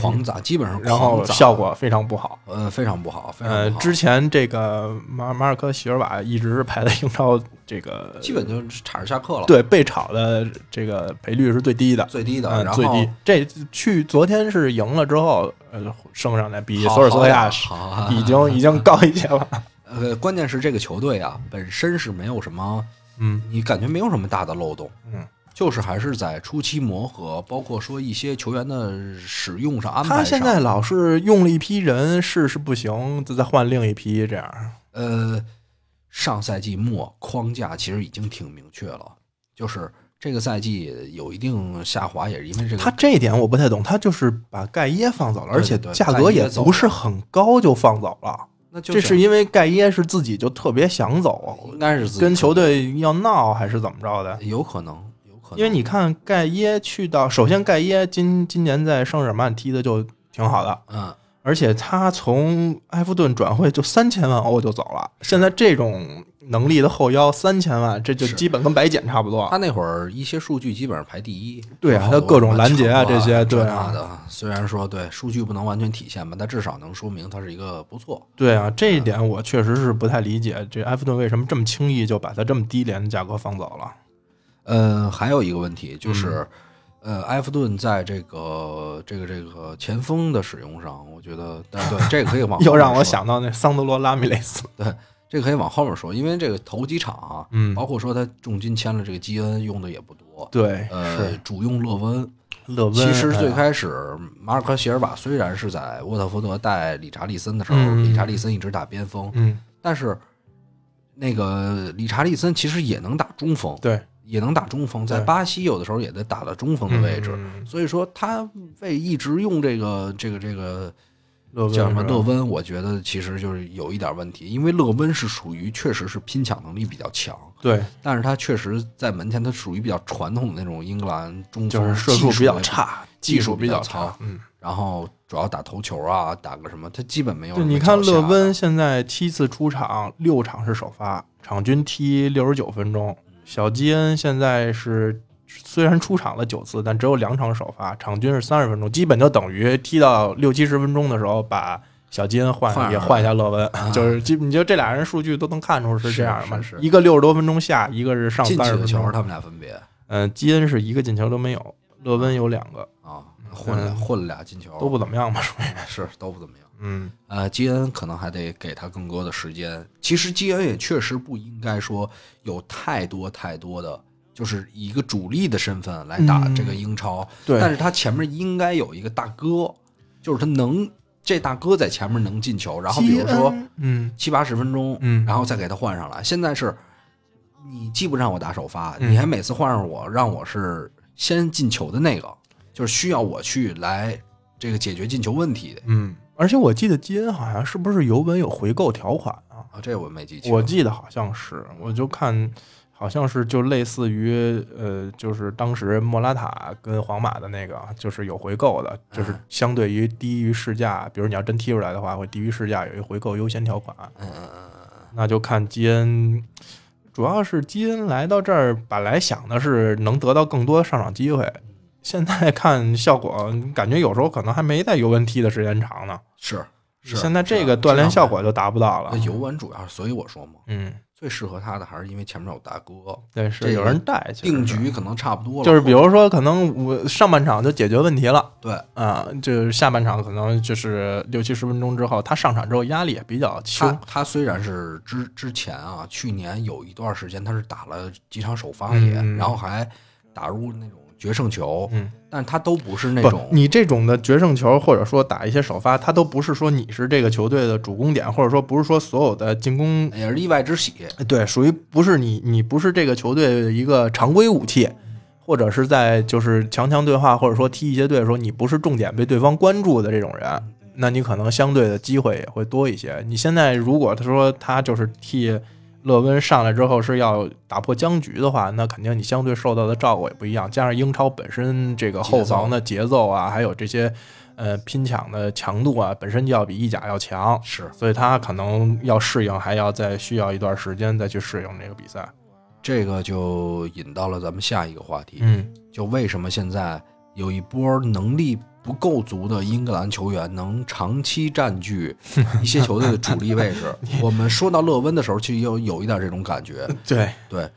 狂砸，基本 上
然
狂
后
砸
效果非常不好。
呃非常不好，非常
呃
不，好
之前这个马马尔科席尔瓦一直是排在英超这个
基本就是铲着下课了，，
对被炒的这个赔率是最低的，
最低的，
嗯
然后
最低。这去昨天是赢了之后，呃，升上来比
好
索尔斯克亚
好好好嗯
已经已经高一些了。
呃，关键是这个球队啊，本身是没有什么，
嗯
你感觉没有什么大的漏洞，
嗯，
就是还是在初期磨合，包括说一些球员的使用上安排
他
上。
现在老是用了一批人试试不行，再再换另一批这样。
呃，上赛季末框架其实已经挺明确了，就是这个赛季有一定下滑，也是因为这个
他这一点我不太懂，他就是把盖耶放走了，而
对
且
对对
价
盖
格
耶
也
走
不是很高就放走了。
那就
这是因为盖耶是自己就特别想走
应，该是自己
跟球
队
队要闹还是怎么着的？
有可能，有可能，
因为你看盖耶去到，首先盖耶今今年在圣日耳曼踢的就挺好的，
嗯，
而且他从埃弗顿转会就三千万欧就走了。现在这种能力的后腰三千万，这就是基本跟白捡差不多
他。那会儿一些数据基本上排第一，
对啊
有好多
他各种拦截啊
什么
这些
这
对啊
那的。虽然说对数据不能完全体现吧，但至少能说明他是一个不错。
对啊，这一点我确实是不太理解，这埃弗顿为什么这么轻易就把他这么低廉的价格放走了？
呃，还有一个问题就是，呃，埃弗顿在这个这个这个前锋的使用上，我觉得，但对这个可以 往后面
又让我
说
想到那桑德罗拉米雷斯。
这个可以往后面说，因为这个头几场啊，
嗯
包括说他重金签了这个基恩，用的也不多，
对，
呃，主用勒温。
是勒温。
其实最
哎
开始，马尔科席尔瓦虽然是在沃特福德带理查利森的时候，
嗯
理查利森一直打边锋，
嗯，
但是那个理查利森其实也能打中锋，
对，
也能打中锋，在
对
巴西有的时候也得打到中锋的位置。
嗯
所以说，他为一直用这个这个这个
勒温
叫什么
是吧
勒温，我觉得其实就是有一点问题，因为勒温是属于确实是拼抢能力比较强，
对，
但是他确实在门前他属于比较传统的那种英格兰中
就
锋，
是射
技
术
术
比较
也，
差，
技
术
术比
比较
较差
差。嗯，
然后主要打头球啊，打个什么，他基本没有
就
什么啊
你
脚
看
下
勒
的
温现在七次出场，六场是首发，场均踢六十九分钟。
嗯
小基恩现在是虽然出场了九次，但只有两场首发，场均是三十分钟，基本就等于踢到六七十分钟的时候把。小基恩换
换上
也
了
换一下勒温，就是基你就这俩人数据都能看出是
是
这样嘛
是是，
一个六十多分钟下，一个是上
进
三
几
十
个
分
球，
钟。
他们俩分别
嗯，基恩是一个进球都没有，勒温有两个，
啊，混了混了俩进球，
嗯都不怎么样嘛，属于
是都不怎么样。
嗯
呃，基恩可能还得给他更多的时间。其实基恩也确实不应该说有太多太多的，就是以一个主力的身份来打
嗯
这个英超。
对
但是他前面应该有一个大哥，就是他能这大哥在前面能进球，然后比如说
嗯
七八十分钟，
嗯
然后再给他换上来。现在是，你既不让我打首发，
嗯
你还每次换上我，让我是先进球的那个，就是需要我去来这个解决进球问题的
嗯，而且我记得基恩好像是不是尤文有回购条款啊？
啊，这我没记清。
我记得好像是，我就看好像是就类似于呃，就是当时莫拉塔跟皇马的那个，就是有回购的，
嗯
就是相对于低于市价，比如你要真踢出来的话，会低于市价有一回购优先条款。
嗯嗯嗯嗯
那就看基恩，主要是基恩来到这儿，本来想的是能得到更多上场机会，现在看效果，感觉有时候可能还没在尤文踢的时间长呢。
是
啊
是。
现在这
是啊
个锻炼效。
是
果就达不到
啊
了
那。尤文主要是，所以我说嘛，
嗯，
最适合他的还是因为前面有大哥，这
对，
个
是有人带其实
定
是
局可能差不多了。
就是比如说，可能我上半场就解决问题了
对，
啊、就是下半场可能就是六七十分钟之后，他上场之后压力也比较
他
轻。
他虽然是之之前啊，去年有一段时间他是打了几场首发
嗯
也，然后还打入那种决胜球，
嗯，
但他都不是那
不
种，
你这种的决胜球或者说打一些首发，他都不是说你是这个球队的主攻点，或者说不是说所有的进攻，
也是意外之喜。
对，属于不是你你不是这个球队的一个常规武器。或者是在就是强强对话，或者说踢一些队的时候，你不是重点被对方关注的这种人，那你可能相对的机会也会多一些。你现在如果他说他就是替勒温上来之后是要打破僵局的话，那肯定你相对受到的照顾也不一样。加上英超本身这个后防的节奏啊，还有这些呃拼抢的强度啊，本身就要比意甲要强，
是
所以他可能要适应，还要再需要一段时间再去适应这个比赛。
这个就引到了咱们下一个话题，
嗯
就为什么现在有一波能力不够足的英格兰球员能长期占据一些球队的主力位 置？我们说到勒温的时候，其实有有一点这种感觉。
对，
对，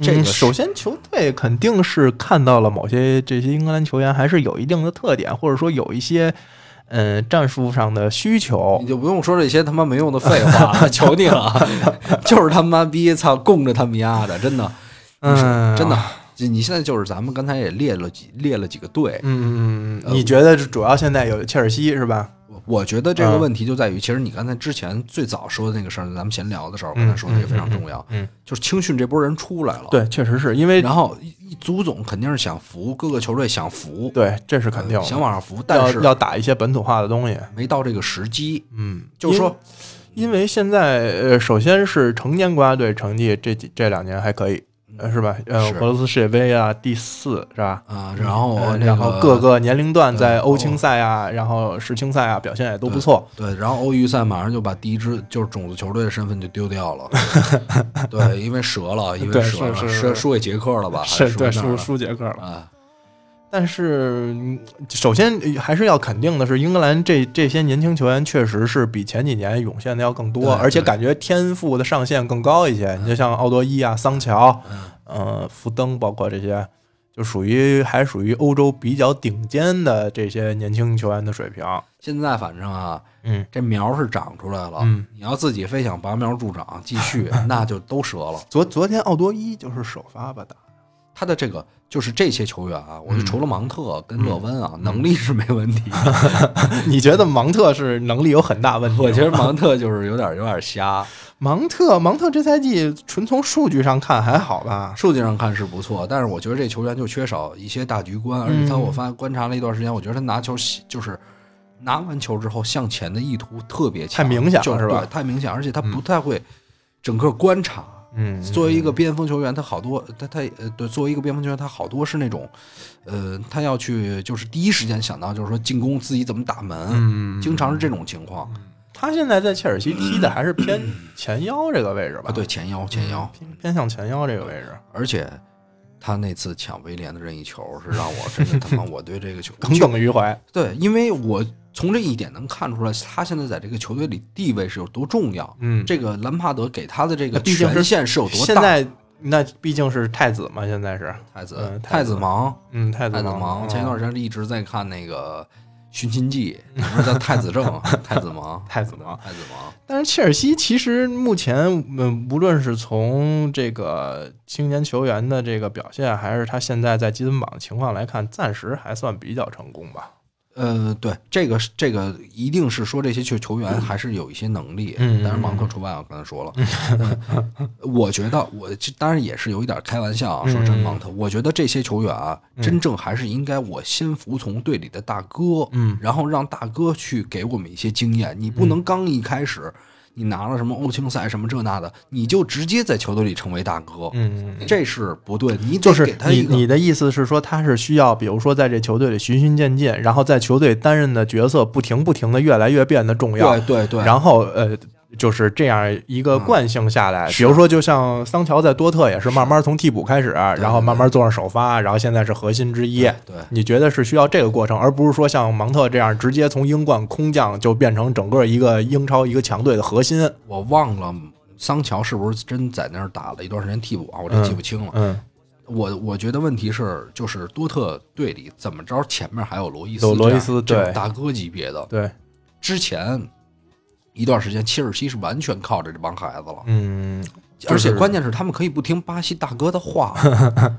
这
这
个
个、
是
嗯首先球队肯定是看到了某些这些英格兰球员还是有一定的特点，或者说有一些嗯、呃战术上的需求
你。就不用说这些他妈没用的废话 了，求你了， 就是他妈逼操供着他们丫的，真的，
嗯，
真的，就你现在就是咱们刚才也列了几列了几个队，
嗯，嗯嗯嗯，你觉得主要现在有切尔西是吧？
我我觉得这个问题
嗯
就在于，其实你刚才之前最早说的那个事儿，咱们闲聊的时候刚才说的也非常重要，
嗯嗯嗯嗯
就是青训这波人出来了，，
对，确实是因为
然后一足总肯定是想扶，各个球队想扶，
对，这是肯定的，
想往上扶，但
要
是
要打一些本土化的东西。
没到这个时机，
嗯，
就是说
因为现在呃，首先是成年国家队成绩这几这两年还可以，呃，是吧？呃，
嗯是
俄罗斯世界杯啊，第四是吧？
啊、然后那
呃
个、
然后各个年龄段在
对
欧青赛啊，然后世青赛啊，表现也都不错。
对，然后欧预赛马上就把第一支就是种子球队的身份就丢掉 了，对，因为折了，因为
对
折了，
是是
输
是
输给捷克了吧？还
对，
输给哪
输
儿
输捷克了
了。啊，
但是，嗯首先呃还是要肯定的是，英格兰这这些年轻球员确实是比前几年涌现的要更
对
多，而且
对
感觉天赋的上限更高一些。你就像奥多伊啊、桑乔、
嗯，
呃、福登，包括这些，就属于还属于欧洲比较顶尖的这些年轻球员的水平。
现在反正啊，
嗯，
这苗是长出来了，
嗯
你要自己非想拔苗助长继 续，那就都折了。
昨昨天奥多伊就是首发吧打。
他的这个就是这些球员啊，我就
嗯
除了芒特跟勒温啊，能力是没问题的。
你觉得芒特是能力有很大问题吗？
我觉得芒特就是有点有点瞎，
芒特，芒特这赛季纯从数据上看还好吧？
数据上看是不错，但是我觉得这球员就缺少一些大局
嗯
观，而且他我发观察了一段时间，我觉得他拿球喜就是拿完球之后向前的意图特别强，
太明显了
就是
吧
对太明显，而且他不太会整个观察。
嗯
作为一个边锋球员，他好多他他呃对，作为一个边锋球员，他好多是那种，呃，他要去就是第一时间想到就是说进攻自己怎么打门，
嗯
经常是这种情况
他现在在切尔西踢的还是 偏前腰这个位置吧？
嗯啊。对，，前
嗯
腰前腰，
偏偏向前腰这个位置，
而且他那次抢威廉的任意球是让我真的他妈我对这个 球
耿耿于怀。
对，因为我从这一点能看出来，他现在在这个球队里地位是有多重要。
嗯，
这个兰帕德给他的这个
那毕竟是
权限是有多大？
现在那毕竟是太子嘛，现在是，
太子
嗯
太
太
子
子
忙，
嗯，太子
太子忙，前一段
时
时间一直在看那个《寻秦记》，里面叫太 子正、太子忙、
嗯太子嘛，
太子忙。
但是切尔西其实目前，嗯，无论是从这个青年球员的这个表现，还是他现在在积分榜的情况来看，暂时还算比较成功吧。
呃，对，这个是这个一定是说这些球球员还是有一些能力，
嗯嗯嗯
当然芒克除外，我刚才说了。嗯我觉得我这当然也是有一点开玩笑啊，
嗯
说真芒特，我觉得这些球员啊，真正还是应该我先服从队里的大哥，
嗯，
然后让大哥去给我们一些经验。你不能刚一开始你拿了什么欧青赛什么这那的，你就直接在球队里成为大哥，
嗯，
这是不对。你得
就是
给他
你
一个
你的意思是说，他是需要，比如说在这球队里循序渐进，然后在球队担任的角色不停不停的越来越变得重要
对，对对，
然后呃。就是这样一个惯性下来，
是
比如说，就像桑乔在多特也是慢慢从替补开始，然后慢慢坐上首发，然后现在是核心之一。
对。
你觉得是需要这个过程，而不是说像芒特这样直接从英冠空降就变成整个一个英超一个强队的核心？
我忘了桑乔是不是真在那儿打了一段时间替补啊？我这记不清了。
嗯，
我我觉得问题是，就是多特队里怎么着，前面还有罗伊斯这
有
样，
罗伊斯
这种
对
大哥级别的。
对，
之前一段时间，切尔西是完全靠着这帮孩子了，
嗯，就是
而且关键是他们可以不听巴西大哥的话。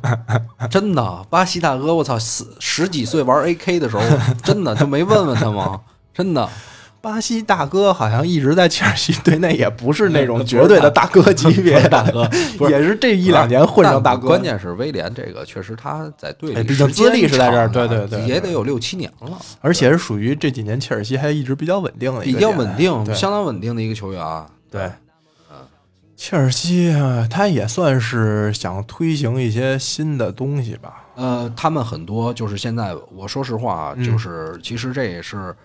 真的，巴西大哥，我操，十十几岁玩 AK 的时候，真的就没问问他吗？真的，
巴西大哥好像一直在切尔西队内也 不是那种绝对的大哥级别的大哥， 也是这一两年混上大哥。
关键是威廉这个确实他在队里
哎
时间长啊，啊
毕竟资历是在这儿对对对
也得有六七年了，
而且是属于这几年切尔西还一直比较稳定的一
比
个
较
点，
稳定，
对
相当稳定的一个球员啊。
对。切尔西啊，他也算是想推行一些新的东西吧。
呃，他们很多就是现在，我说实话啊，
嗯
就是其实这也是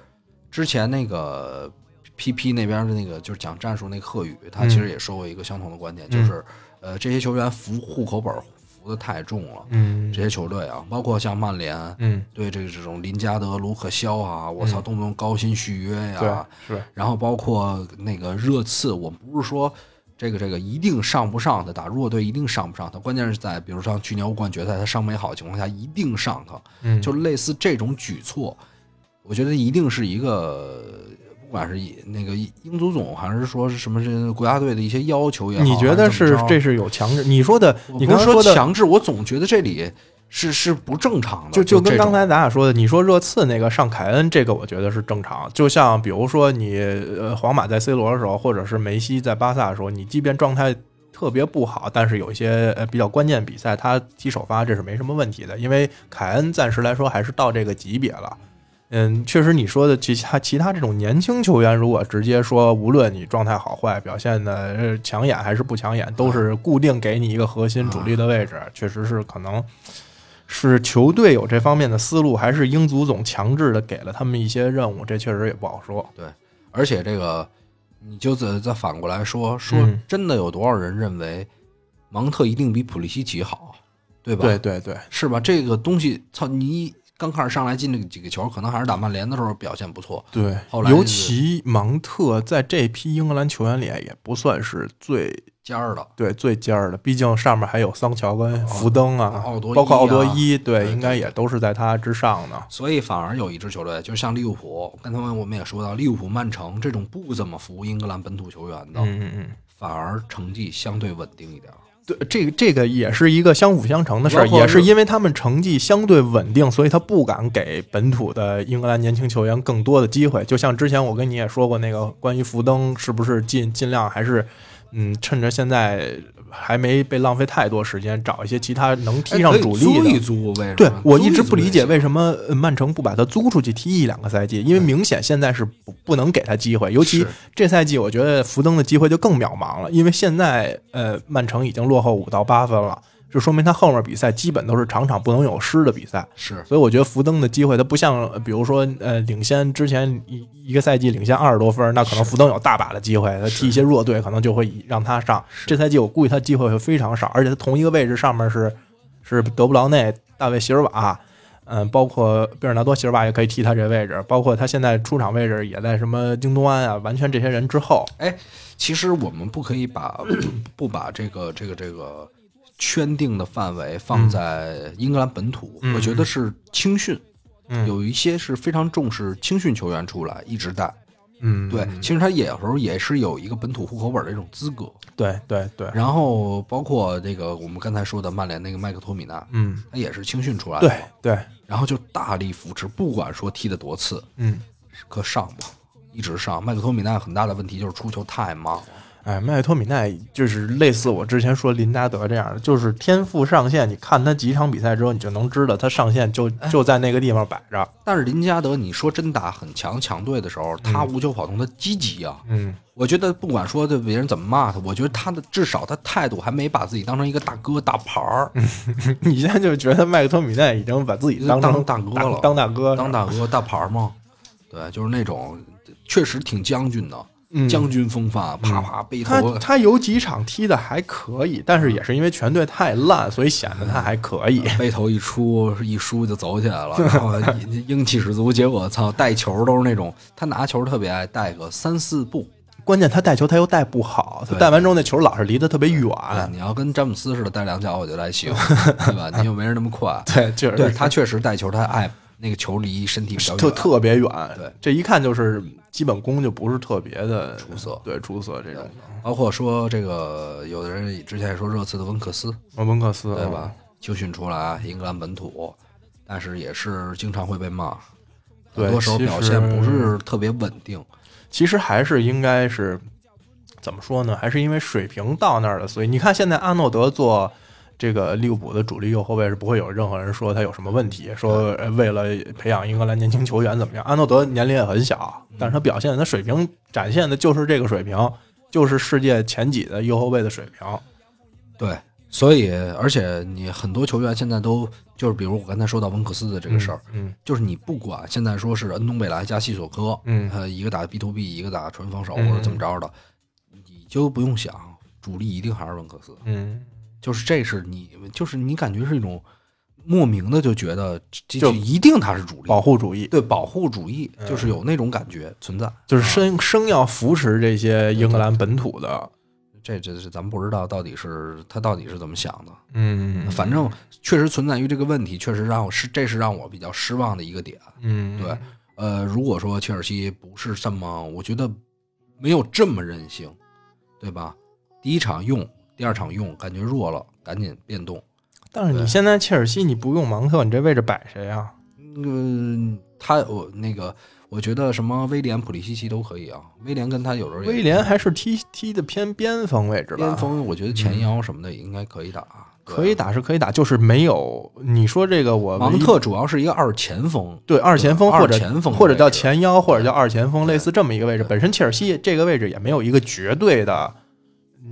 之前那个 PP 那边的那个就是讲战术那个贺宇，他
嗯
其实也说过一个相同的观点，就是呃这些球员扶户口本扶的太重了，
嗯
这些球队啊，包括像曼联，
嗯，
对这个这种林加德、卢克肖啊，我操，动不动高薪续约呀、
对，啊是，
然后包括那个热刺，我们不是说这个这个一定上不上他，打弱队一定上不上他，关键是在比如像去年欧冠决赛他伤没好的情况下，一定上他，
嗯，
就类似这种举措，我觉得一定是一个。不管是以那个英足总还是说是什么这国家队的一些要求也好，
你觉得
还
是
怎么着
这是有强制？你说的，
我
你
不
刚
是
才
说
的
强制，我总觉得这里是是不正常的，
就
就
跟
这
刚
种
才咱俩说的，你说热刺那个上凯恩，这个我觉得是正常。就像比如说你呃，皇马在 C 罗的时候，或者是梅西在巴萨的时候，你即便状态特别不好，但是有一些呃比较关键比赛他踢首发，这是没什么问题的，因为凯恩暂时来说还是到这个级别了。嗯，确实你说的其他其他这种年轻球员，如果直接说无论你状态好坏，表现的呃抢眼还是不抢眼，都
嗯
是固定给你一个核心主力的位置，确实是可能是球队有这方面的思路，还是英足总强制的给了他们一些任务，这确实也不好说。
而且这个，你就再再反过来说说
嗯，
真的有多少人认为芒特一定比普利西奇好，对吧？
对对对，
是吧？这个东西，操你刚开始上来进那几个球，可能还是打曼联的时候表现不错，
对
后来
尤其芒特在这批英格兰球员里也不算是最
尖儿的。
对最尖儿的，毕竟上面还有桑乔跟福登啊，
奥多伊啊
包括奥多伊，
对
对，
对
应该也都是在他之上的。
所以反而有一支球队，就像利物浦，刚才我们也说到，利物浦、曼城这种不怎么服英格兰本土球员的，
嗯嗯嗯，
反而成绩相对稳定一点。
对，这个这个也是一个相辅相成的事
包
儿，
括
也是因为他们成绩相对稳定，所以他不敢给本土的英格兰年轻球员更多的机会。就像之前我跟你也说过，那个关于福登是不是尽尽量还是嗯，趁着现在还没被浪费太多时间，找一些其他能踢上
哎可以
主力
租
的。
一租，为什么？
对我
租
一直
租
不理
也
解
行
为什么呃曼城不把他租出去踢一两个赛季，因为明显现在是不不能给他机会，尤其
是
这赛季我觉得福登的机会就更渺茫了，因为现在呃曼城已经落后五到八分了，就说明他后面比赛基本都是场场不能有失的比赛。
是
所以我觉得福登的机会，他不像呃比如说呃领先之前一一个赛季领先二十多分，那可能福登有大把的机会，他踢一些弱队可能就会以让他上。这赛季我估计他机会会非常少，而且他同一个位置上面是是德布劳内、大卫席尔瓦，嗯，包括贝尔纳多席尔瓦也可以踢他这位置，包括他现在出场位置也在什么京东安啊，完全这些人之后。
哎其实我们不可以把不把这个这个这个圈定的范围放在英格兰本土，
嗯
我觉得是青训，
嗯
有一些是非常重视青训球员出来一直带。
嗯，
对，其实他也有时候也是有一个本土户口本的一种资格。
对对对，
然后包括这个我们刚才说的曼联那个麦克托米纳，
嗯，
他也是青训出来的
对
嘛。
对，
然后就大力扶持，不管说踢得多次，
嗯，
可上吧，一直上。麦克托米奈很大的问题就是出球太慢了，
哎，麦克托米奈就是类似我之前说林加德这样的，就是天赋上限，你看他几场比赛之后，你就能知道他上限就
哎
就在那个地方摆着。
但是林加德，你说真打很强强队的时候，他无球跑动，他积极啊。
嗯，
我觉得不管说对别人怎么骂他，我觉得他的至少他态度还没把自己当成一个大哥大牌儿，
嗯你现在就觉得麦克托米奈已经把自己当成
当大哥了
当大哥，
当大哥大牌儿嘛。对，就是那种确实挺将军的，
嗯
将军风范，啪啪背
他
头。嗯
他有几场踢的还可以，但是也是因为全队太烂，所以显得他还可以。
背头一出一输就走起来了，然后英气十足。结果操，带球都是那种他拿球特别爱带个三四步，
关键他带球他又带不好，他
对
带完之后那球老是离得特别远。
啊，你要跟詹姆斯似的带两脚，我觉得还 行，对吧？你又没人那么快。
对， 就是
对他确实带球，他爱那个球离身体比较
特
远。啊
特别远。
对，
这一看就是基本功就不是特别的出
色
对出色这种的。
包括说这个，有的人之前也说热刺的温克斯，
文温克斯啊
对吧？？就训出来英格兰本土，但是也是经常会被骂，
对
很多时候表现不是特别稳定。
其实还是应该是怎么说呢？还是因为水平到那儿了，所以你看现在阿诺德做。这个利物浦的主力右后卫是不会有任何人说他有什么问题，说呃为了培养英格兰年轻球员怎么样？阿诺德年龄也很小，
嗯
但是他表现他水平展现的就是这个水平，就是世界前几的右后卫的水平。
对，所以而且你很多球员现在都就是，比如我刚才说到温克斯的这个事儿，
嗯，
就是你不管现在说是恩东贝莱加西索科，
嗯
呃，一个打 B to B，一个打纯防守
嗯
或者怎么着的，你就不用想，主力一定还是温克斯，
嗯
就是这是你，就是你感觉是一种莫名的就觉得这
就
这一定他是主
嗯，
力，
保护嗯主义。
对保护主义，就是有那种感觉存在。
就是生生要扶持这些英格兰本土的，
这这是咱们不知道到底是他到底是怎么想的，
嗯
反正确实存在于这个问题，确实让我是这是让我比较失望的一个点。
嗯
对，呃，如果说切尔西不是这么，我觉得没有这么任性，对吧？第一场用，第二场用，感觉弱了，赶紧变动。
但是你
对
现在切尔西你不用芒特，你这位置摆谁啊？
嗯，他我那个，我觉得什么威廉、普利西奇都可以啊。威廉跟他有时候也
威廉还是踢踢的偏边锋位置吧，
边锋，我觉得前腰什么的也应该可以打，对啊
可以。打是可以打，就是没有你说这个我唯
芒
一
特主要是一个二前锋，
对二前锋
二
或者
前锋
或者叫
位置
前腰或者叫二前锋，类似这么一个位置。本身切尔西这个位置也没有一个绝对的，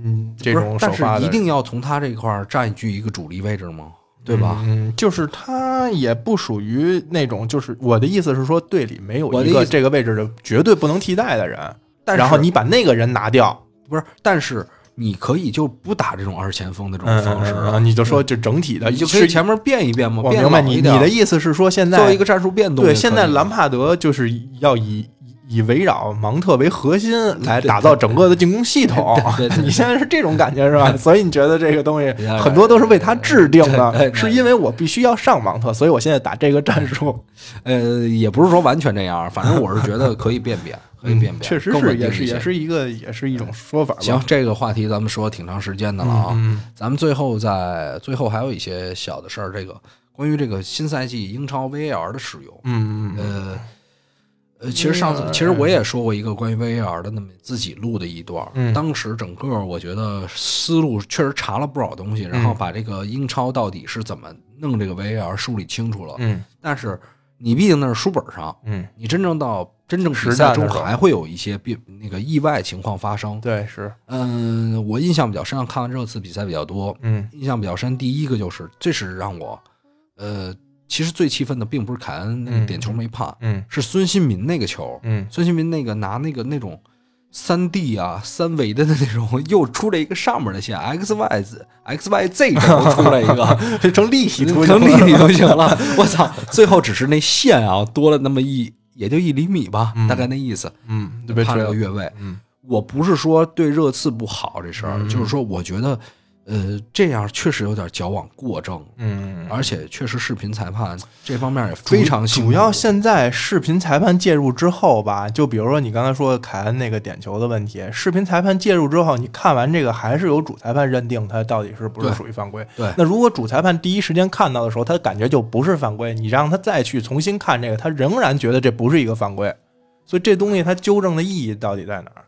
嗯，这
不
种
是
首发
但
的
是一定要从他这块儿占据一个主力位置吗？对吧？
嗯，就是他也不属于那种，就是我的意思是说，队里没有
我的
一个
意思
这个位置的绝对不能替代的人，
但是
然后你把那个人拿掉，
不是，但是你可以就不打这种二前锋的这种方式
啊，你就说这整体的，
你就可以
是
前面变一变嘛，
我
变
明白
老
你
一
你
点
的意思是说现
作为
在
一个战术变动就可以
对
了，
现在兰帕德就是要以。以围绕芒特为核心来
对
打造整个的进攻系统
对对对，对
你现在是这种感觉是吧？所以你觉得这个东西
对对
很多都是为他制定
对对
的，
对
是因为我必须要上芒特，所以我现在打这个战术。
呃，也不是说完全这样，反正我是觉得可以变变，可以变变，
确实
更
是
稳定
也
一
是
些
也。是一个也是一种说法吧。
行，这个话题咱们说挺长时间的了啊，
嗯，
咱们最后在最后还有一些小的事儿，这个关于这个新赛季英超 VAR 的使用，
嗯嗯嗯
呃，呃，其实上次
VAR
其实我也说过一个关于 VAR 的那么自己录的一段儿，
嗯
当时整个我觉得思路确实查了不少东西，然
嗯
后把这个英超到底是怎么弄这个 VAR 梳理清楚了。
嗯
但是你毕竟那是书本上，
嗯，
你真正到真正比
实战
赛
的
中
时候
还会有一些变那个意外情况发生。
对是，
嗯，我印象比较深，看完热刺比赛比较多，
嗯
印象比较深，第一个就是这是让我，呃，其实最气愤的并不是凯恩那个
嗯
点球没判。
嗯
是孙兴民那个球，
嗯
孙兴民那个拿那个那种三 D 啊三维的那种，又出来一个上面的线 X Y Z X Y Z 轴出来一个，
这成立体图
能立体就行了。 我操，最后只是那线啊多了那么一，也就一厘米吧，大概那意思，
嗯，就被
判
吹
了
了
个。越位。
嗯
我不是说对热刺不好这事儿，就是说我觉得呃，这样确实有点矫枉过正，
嗯，
而且确实视频裁判这方面也非常辛苦
主要现在视频裁判介入之后吧，就比如说你刚才说凯恩那个点球的问题，视频裁判介入之后，你看完这个还是由主裁判认定他到底是不是
对
属于犯规。
对
那如果主裁判第一时间看到的时候，他感觉就不是犯规，你让他再去重新看这个，他仍然觉得这不是一个犯规。所以这东西它纠正的意义到底在哪儿？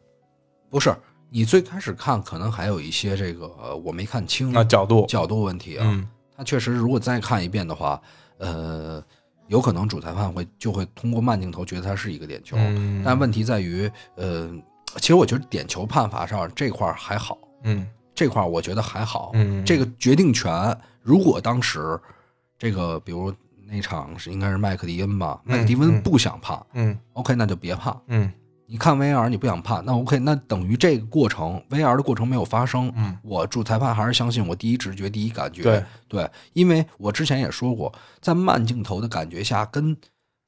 不是你最开始看可能还有一些这个呃我没看清
那啊角度，
角度问题啊，
嗯
他确实，如果再看一遍的话，呃，有可能主裁判会就会通过慢镜头觉得它是一个点球，
嗯
但问题在于，呃，其实我觉得点球判罚上这块儿还好，
嗯
这块儿我觉得还好。
嗯，
这个决定权，如果当时这个比如那场是应该是麦克迪恩吧，麦克迪恩不想判、
嗯
o k 那就别判。
嗯
你看 VR 你不想判，那 OK，那等于这个过程 VR 的过程没有发生，
嗯，
我主裁判还是相信我第一直觉、第一感觉，
对
因为我之前也说过，在慢镜头的感觉下跟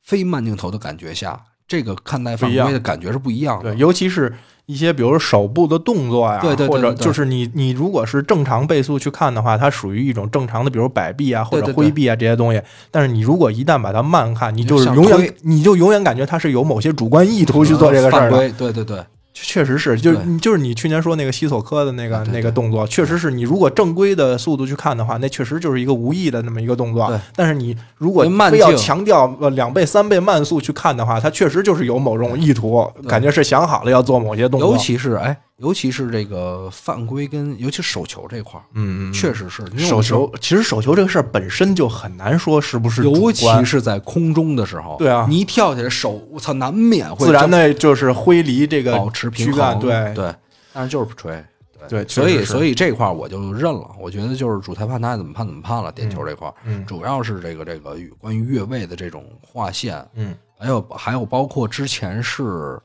非慢镜头的感觉下，这个看待犯
不一样
规的感觉是不一样的，
对，尤其是一些比如说手部的动作呀，
对对对
或者
对对
就是你你如果是正常倍速去看的话，它属于一种正常的，比如摆臂啊或
对
者
对对
挥臂啊这些东西。但是你如果一旦把它慢看，你就是
像
永远
推
你就永远感觉它是有某些主观意图去做这个事
呃犯
儿的。
规，对对对
确实是，就是
对
你就是你去年说那个西索科的那个
啊对对
那个动作，确实是你如果正规的速度去看的话，那确实就是一个无意的那么一个动作
对。
但是你如果
因为慢
非要
镜
强调呃两倍三倍慢速去看的话，它确实就是有某种意图，
对
感觉是想好了要做某些动作。
尤其是哎，尤其是这个犯规跟尤其手球这块儿，
嗯，嗯
确实是因为我
手
们说
球，其实手球这个事儿本身就很难说是不是主
尤
观，
其是在空中的时候，
对啊
你一跳起来手，我操，难免会
自然的就是挥离这个
保持
躯
平
干，
衡，
对
对，但是就是不吹，
对，
所以所
以
以这块儿我就认了，我觉得就是主裁判他爱怎么判怎么判了，点球这块儿，
嗯
主要是这个这个与关于越位的这种划线，
嗯
还有还有包括之前是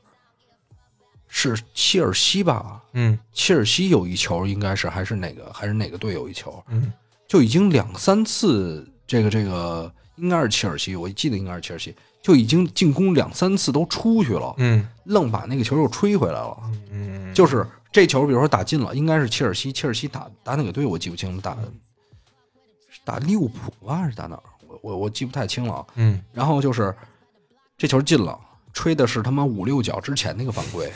是切尔西吧，
嗯
切尔西有一球应该是还是哪个还是哪个队有一球，
嗯
就已经两三次，这个这个应该是切尔西，我记得应该是切尔西，就已经进攻两三次都出去了，
嗯
愣把那个球又吹回来了。
嗯，
就是这球，比如说打进了，应该是切尔西，切尔西打打哪个队我记不清了，打是打利物浦吧还是打哪儿？我我我记不太清了啊。
嗯
然后就是这球进了，吹的是他妈五六脚之前那个犯规，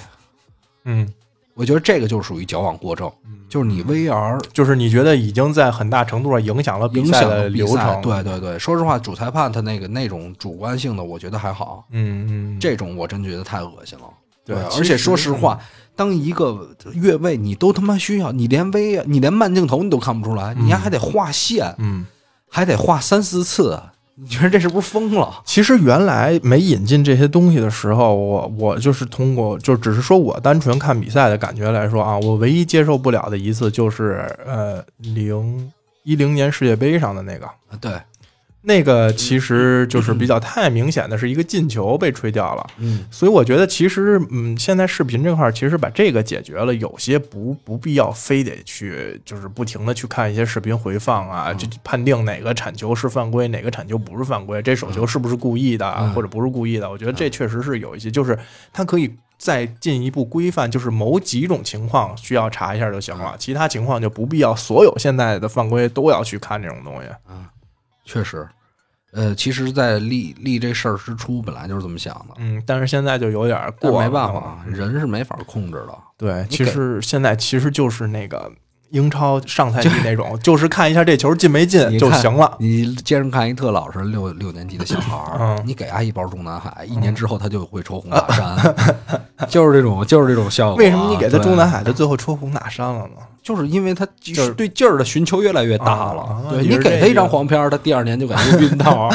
嗯，
我觉得这个就属于矫枉过正，就是你 VR
就是你觉得已经在很大程度上影响了比
影
赛
响
的
了比
流
赛
程，
对，对对，说实话，主裁判他那个那种主观性的，我觉得还好，
嗯嗯，
这种我真觉得太恶心了。
对啊其
而且说
实
实
嗯
话，当一个越位，你都他妈需要，你连 V，你连慢镜头你都看不出来，你丫还得画线，
嗯。
还得画三四次，啊你觉得这是不是疯了？
其实原来没引进这些东西的时候，我我就是通过，就只是说我单纯看比赛的感觉来说啊，我唯一接受不了的一次就是呃零一零年世界杯上的那个，
啊对，
那个其实就是比较太明显的是一个进球被吹掉了。
嗯，
所以我觉得，其实，嗯，现在视频这块儿其实把这个解决了，有些不不必要非得去，就是不停的去看一些视频回放啊，
嗯
这判定哪个铲球是犯规，哪个铲球不是犯规，这手球是不是故意的、啊
嗯
或者不是故意的？我觉得这确实是有一些，就是它可以再进一步规范，就是某几种情况需要查一下就行
嗯
了，其他情况就不必要所有现在的犯规都要去看这种东西。
确实，呃，其实，在立立这事儿之初，本来就是这么想的，
嗯，但是现在就有点儿
但
过了，嗯
没办法，啊，人是没法控制的。
对，
你
其
给
实现在其实就是那个英超上赛季那种，就是看一下这球进没 进
你
就
看
行了。
你接着看一特老实六六年级的小孩儿，
嗯
你给他一包中南海，一年之后他就会抽红塔 山，就是这种，就是这种效果啊。
为什么你给他
对
中南？海，他最后抽红塔山了呢？
就是因为他
就是
对劲儿的寻求越来越大了。
啊
对
你
你
是
给
这
他一张
意思
黄片儿，他第二年就感觉 晕倒，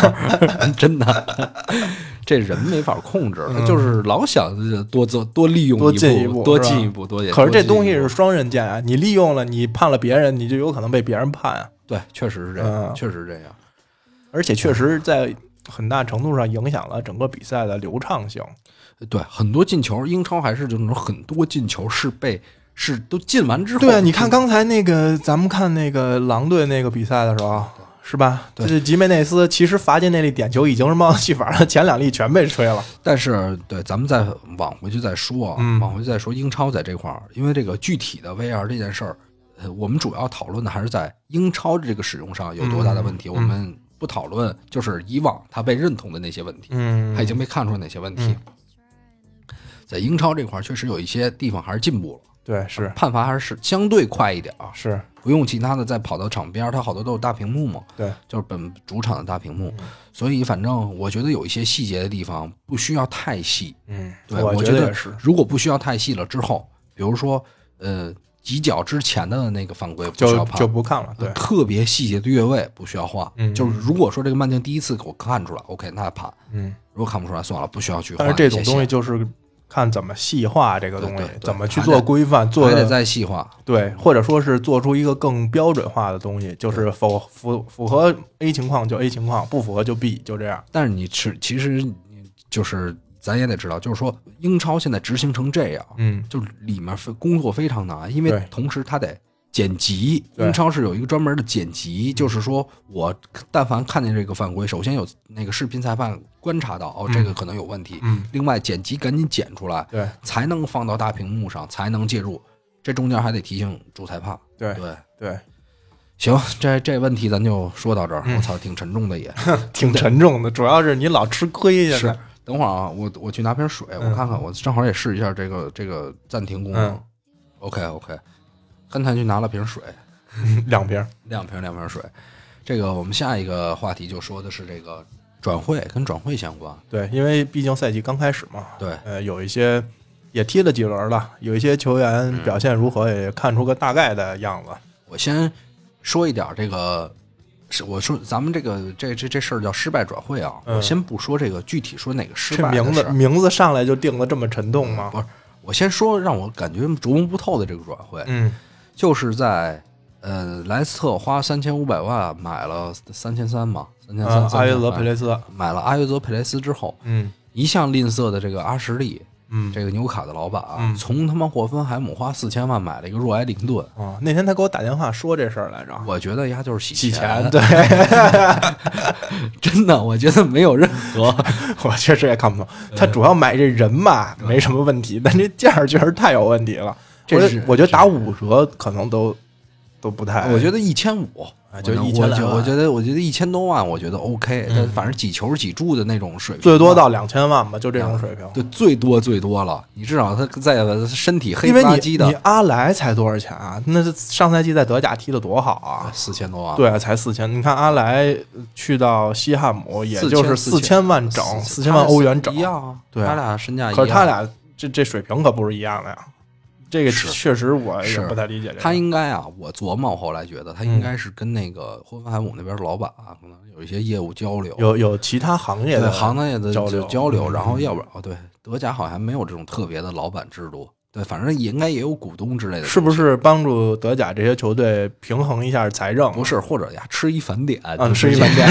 真的。这人没法控制，他就是老想着多做多利用
嗯多
一
进一
步，
步
多
是吧
进一步，多也。
可是
多
这
进一
东西
步
是双刃剑啊，你利用了，你判了别人，你就有可能被别人判啊。
对，确实是这样，
嗯
确实是这样。
而且确实在很大程度上影响了整个比赛的流畅性。
对，很多进球，英超还是就那种很多进球是被是都进完之后，
对啊，你看刚才那个，咱们看那个狼队那个比赛的时候，是吧？
对
就是吉梅内斯，其实罚进那粒点球已经是帽子戏法了，前两粒全被吹了。
但是对，咱们再往回去再说啊，
嗯
往回去再说英超在这块儿，因为这个具体的 VR 这件事儿，呃，我们主要讨论的还是在英超这个使用上有多大的问题，
嗯嗯
我们不讨论就是以往他被认同的那些问题，
嗯，
他已经被看出来哪些问题。
嗯
在英超这块儿确实有一些地方还是进步了，
对是
判罚还是相对快一点啊，
是，
不用其他的再跑到场边儿，它好多都有大屏幕嘛，
对，
就是本主场的大屏幕
嗯，
所以反正我觉得有一些细节的地方不需要太细，
嗯，
对
我
我
觉
觉得
也是，
如果不需要太细了之后，比如说呃几脚之前的那个犯规不需
就
要判
就，不看了，
呃
对，
特别细节的越位不需要画，
嗯
就是如果说这个慢镜第一次给我看出来，OK，那判；
嗯，
如果看不出来，算了，不需要去画
但
那
是
些线。
这种东西就是看怎么细化这个
对
东
对
西
对，
怎么去
还
做
得
规范，做
还得
得
再细化，
对，或者说是做出一个更标准化的东西，就是否符符合 A 情况就 A 情况，不符合就 B，就这样。
但是你吃，其实就是咱也得知道，就是说英超现在执行成这样，
嗯，
就是里面非工作非常难，因
对
为同时他得剪辑。
对
英超是有一个专门的剪辑，就是说我但凡看见这个犯规，首先有那个视频裁判观察到哦，这个可能有问题，
嗯
另外剪辑赶紧剪出来，
对
才能放到大屏幕上，才能介入。这中间还得提醒主裁判。
对
对，
对，
行，这这问题咱就说到这儿。
嗯
我操，挺沉重的也。
挺沉重的，主要是你老吃亏现
是
在。，
等会儿啊，我我去拿瓶水，我
嗯
看看，我正好也试一下这个这个暂停功能
嗯。
OK OK，刚才去拿了瓶水，
两瓶儿，
两瓶两瓶水。这个我们下一个话题就说的是这个转会跟转会相关。
对，因为毕竟赛季刚开始嘛，
对，
呃，有一些也踢了几轮了，有一些球员
嗯
表现如何也看出个大概的样子。
我先说一点这个，是我说咱们这个这这这事儿叫失败转会啊，
嗯
我先不说这个具体说哪个失
这
败
名
的
字
事儿，哦
名字上来就定的这么沉重吗
不？是，我先说让我感觉琢磨不透的这个转会，
嗯
就是在呃莱斯特花三千五百万买了三千三嘛，三千
啊
三，
阿约泽佩
雷
雷斯，
买了阿约泽佩雷斯之后，
嗯
一向吝啬的这个阿什利，
嗯，
这个纽卡的老板啊，
嗯
从他妈霍芬海姆花四千万买了一个若埃灵顿，
啊，那天他给我打电话说这事儿来着，
我觉得呀就是洗
洗
钱，
对，
真的，我觉得没有任何，
我确实也看不懂。他
嗯
主要买这人吧，没什么问题，但这价儿确实太有问题了。
这
我觉
是
得我觉得打五折可能都都不太，
我觉得一千五。
啊哎就
我能
1000来万
我觉得，我觉得一千多万，我觉得 OK，、
嗯
但反正几球几助的那种水平吧，
最多到两千万吧，就这种水平。
对最多最多了。你至少他在身体黑
因
不
为
拉
你
几
你
的
阿莱才多少钱啊？那是上赛季在德甲踢的多好啊！
四千多万，
对啊，才四千。你看阿莱去到西汉姆，也就是
四
四
千
千万整，四千万欧元整
一。样啊，
对啊
他俩身价一样。
可是他俩这这水平可不是一样的呀。这个
是
确实我也
是
不太理解这个。
他应该啊，我琢磨后来觉得他应
嗯
该是跟那个霍芬海姆那边的老板啊，可能有一些业务交流，
有有其他行
对
业的
行业的
交
就
流
交流，
嗯
然后要不然哦，对，德甲好像没有这种特别的老板制度，对，反正也应该也有股东之类的东西，
是不是帮助德甲这些球队平衡一下财政？
不是，或者呀，吃一返点，
嗯
就
吃一
直接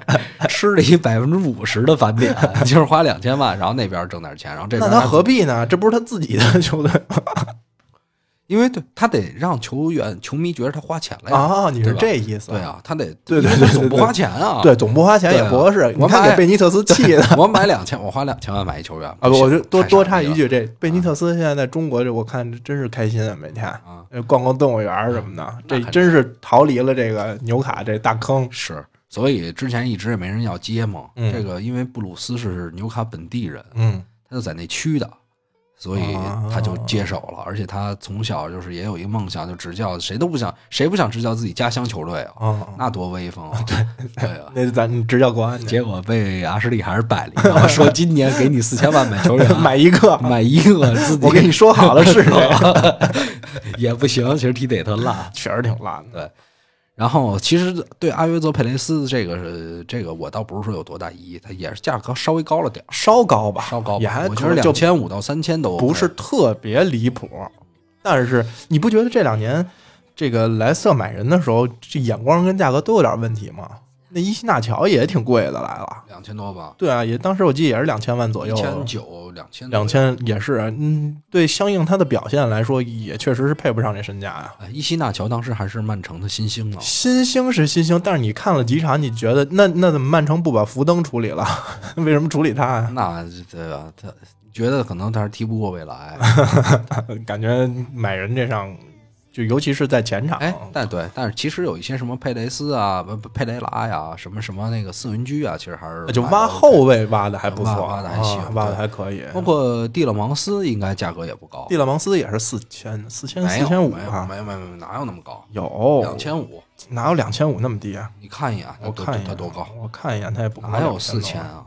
吃了一百分之五十的返点， 就是花两千万，然后那边挣点钱，然后这
那
边
他
还
何必呢？这不是他自己的 球队吗
因为对他得让球员、球迷觉得他花钱哎了呀，
啊？你是
对吧
这意思？
对啊，他得
对
因
对
为
对
他
对
总不
对
花钱啊，
对，总不花钱也不合适。
对啊
你看哎给贝尼特斯气的
我买两千，我花两千万买一球员
啊！
不行
我就多
太傻
多插
逼了啊
一句，这贝尼特斯现在在中国，这我看真是开心啊，每天
啊，嗯
呃逛逛动物园儿什么的，
那
这
肯定
真是逃离了这个纽卡这大坑。
是，所以之前一直也没人要接嘛。
嗯
这个因为布鲁斯是纽卡本地人，
嗯，
他就在那区的，所以
啊
他就接手了。而且他从小就是也有一个梦想，就执教，谁都不想，谁不想执教自己家乡球队啊？
哦，
那多威风啊！对对啊。
那咱执教国安去，
结果被阿什利还是摆了一道，说今年给你四千万买球员
买一个，
买一个自己
我跟你说好了 是这样，
也不行，其实踢得也特烂。
确实挺烂的。
然后，其实对阿约泽佩雷斯这个是这个，我倒不是说有多大疑义，它也是价格稍微高了点儿，
稍高吧，
稍高吧
也还
我觉
可
得
就
两千五到三千都 OK
不是特别离谱。但是你不觉得这两年这个莱斯特买人的时候，这眼光跟价格都有点问题吗？那伊西纳乔也挺贵的来了，
两千多吧，
对啊，也当时我记得也是两千万左
一
右，
千九、两千、
两。千也是，嗯，对，相应他的表现来说，也确实是配不上这身价呀、
哎，伊西纳乔当时还是曼城的新星呢，
新星是新星，但是你看了几场，你觉得那那怎么曼城不把福登处理了？ 为什么处理他啊 呀、
那对吧？他 觉得可能他是踢不过未来，
感觉买人这上就尤其是在前场，
哎，但对，但是其实有一些什么佩雷斯啊、不不佩雷拉呀、什么什么那个斯文居啊，其实还是
就
卖得
挖
OK
后卫挖的还不错，
挖挖得还行
啊
对
挖的还可以。
包括蒂勒芒斯应该价格也不高，
蒂勒芒斯也是四千、四千、
没
四
有
千五
没有
啊，
没有没有没有哪有那么高，
有
两千五，
哪有两千五那么低啊？
你看一眼，它
哦我
多
看一眼，
它多高，？
我看一眼，他也不
哪有四千？啊？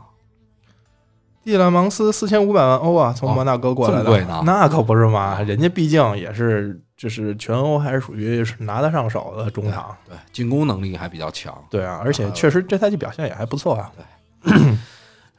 蒂勒芒斯四千五百万欧啊，从
哦
摩纳哥过来
这么贵呢
的，那可不是嘛，人家毕竟也是就是全欧还是属于是拿得上手的中场，
对，进攻能力还比较强。
对啊，而
呃
且确实这赛季表现也还不错啊。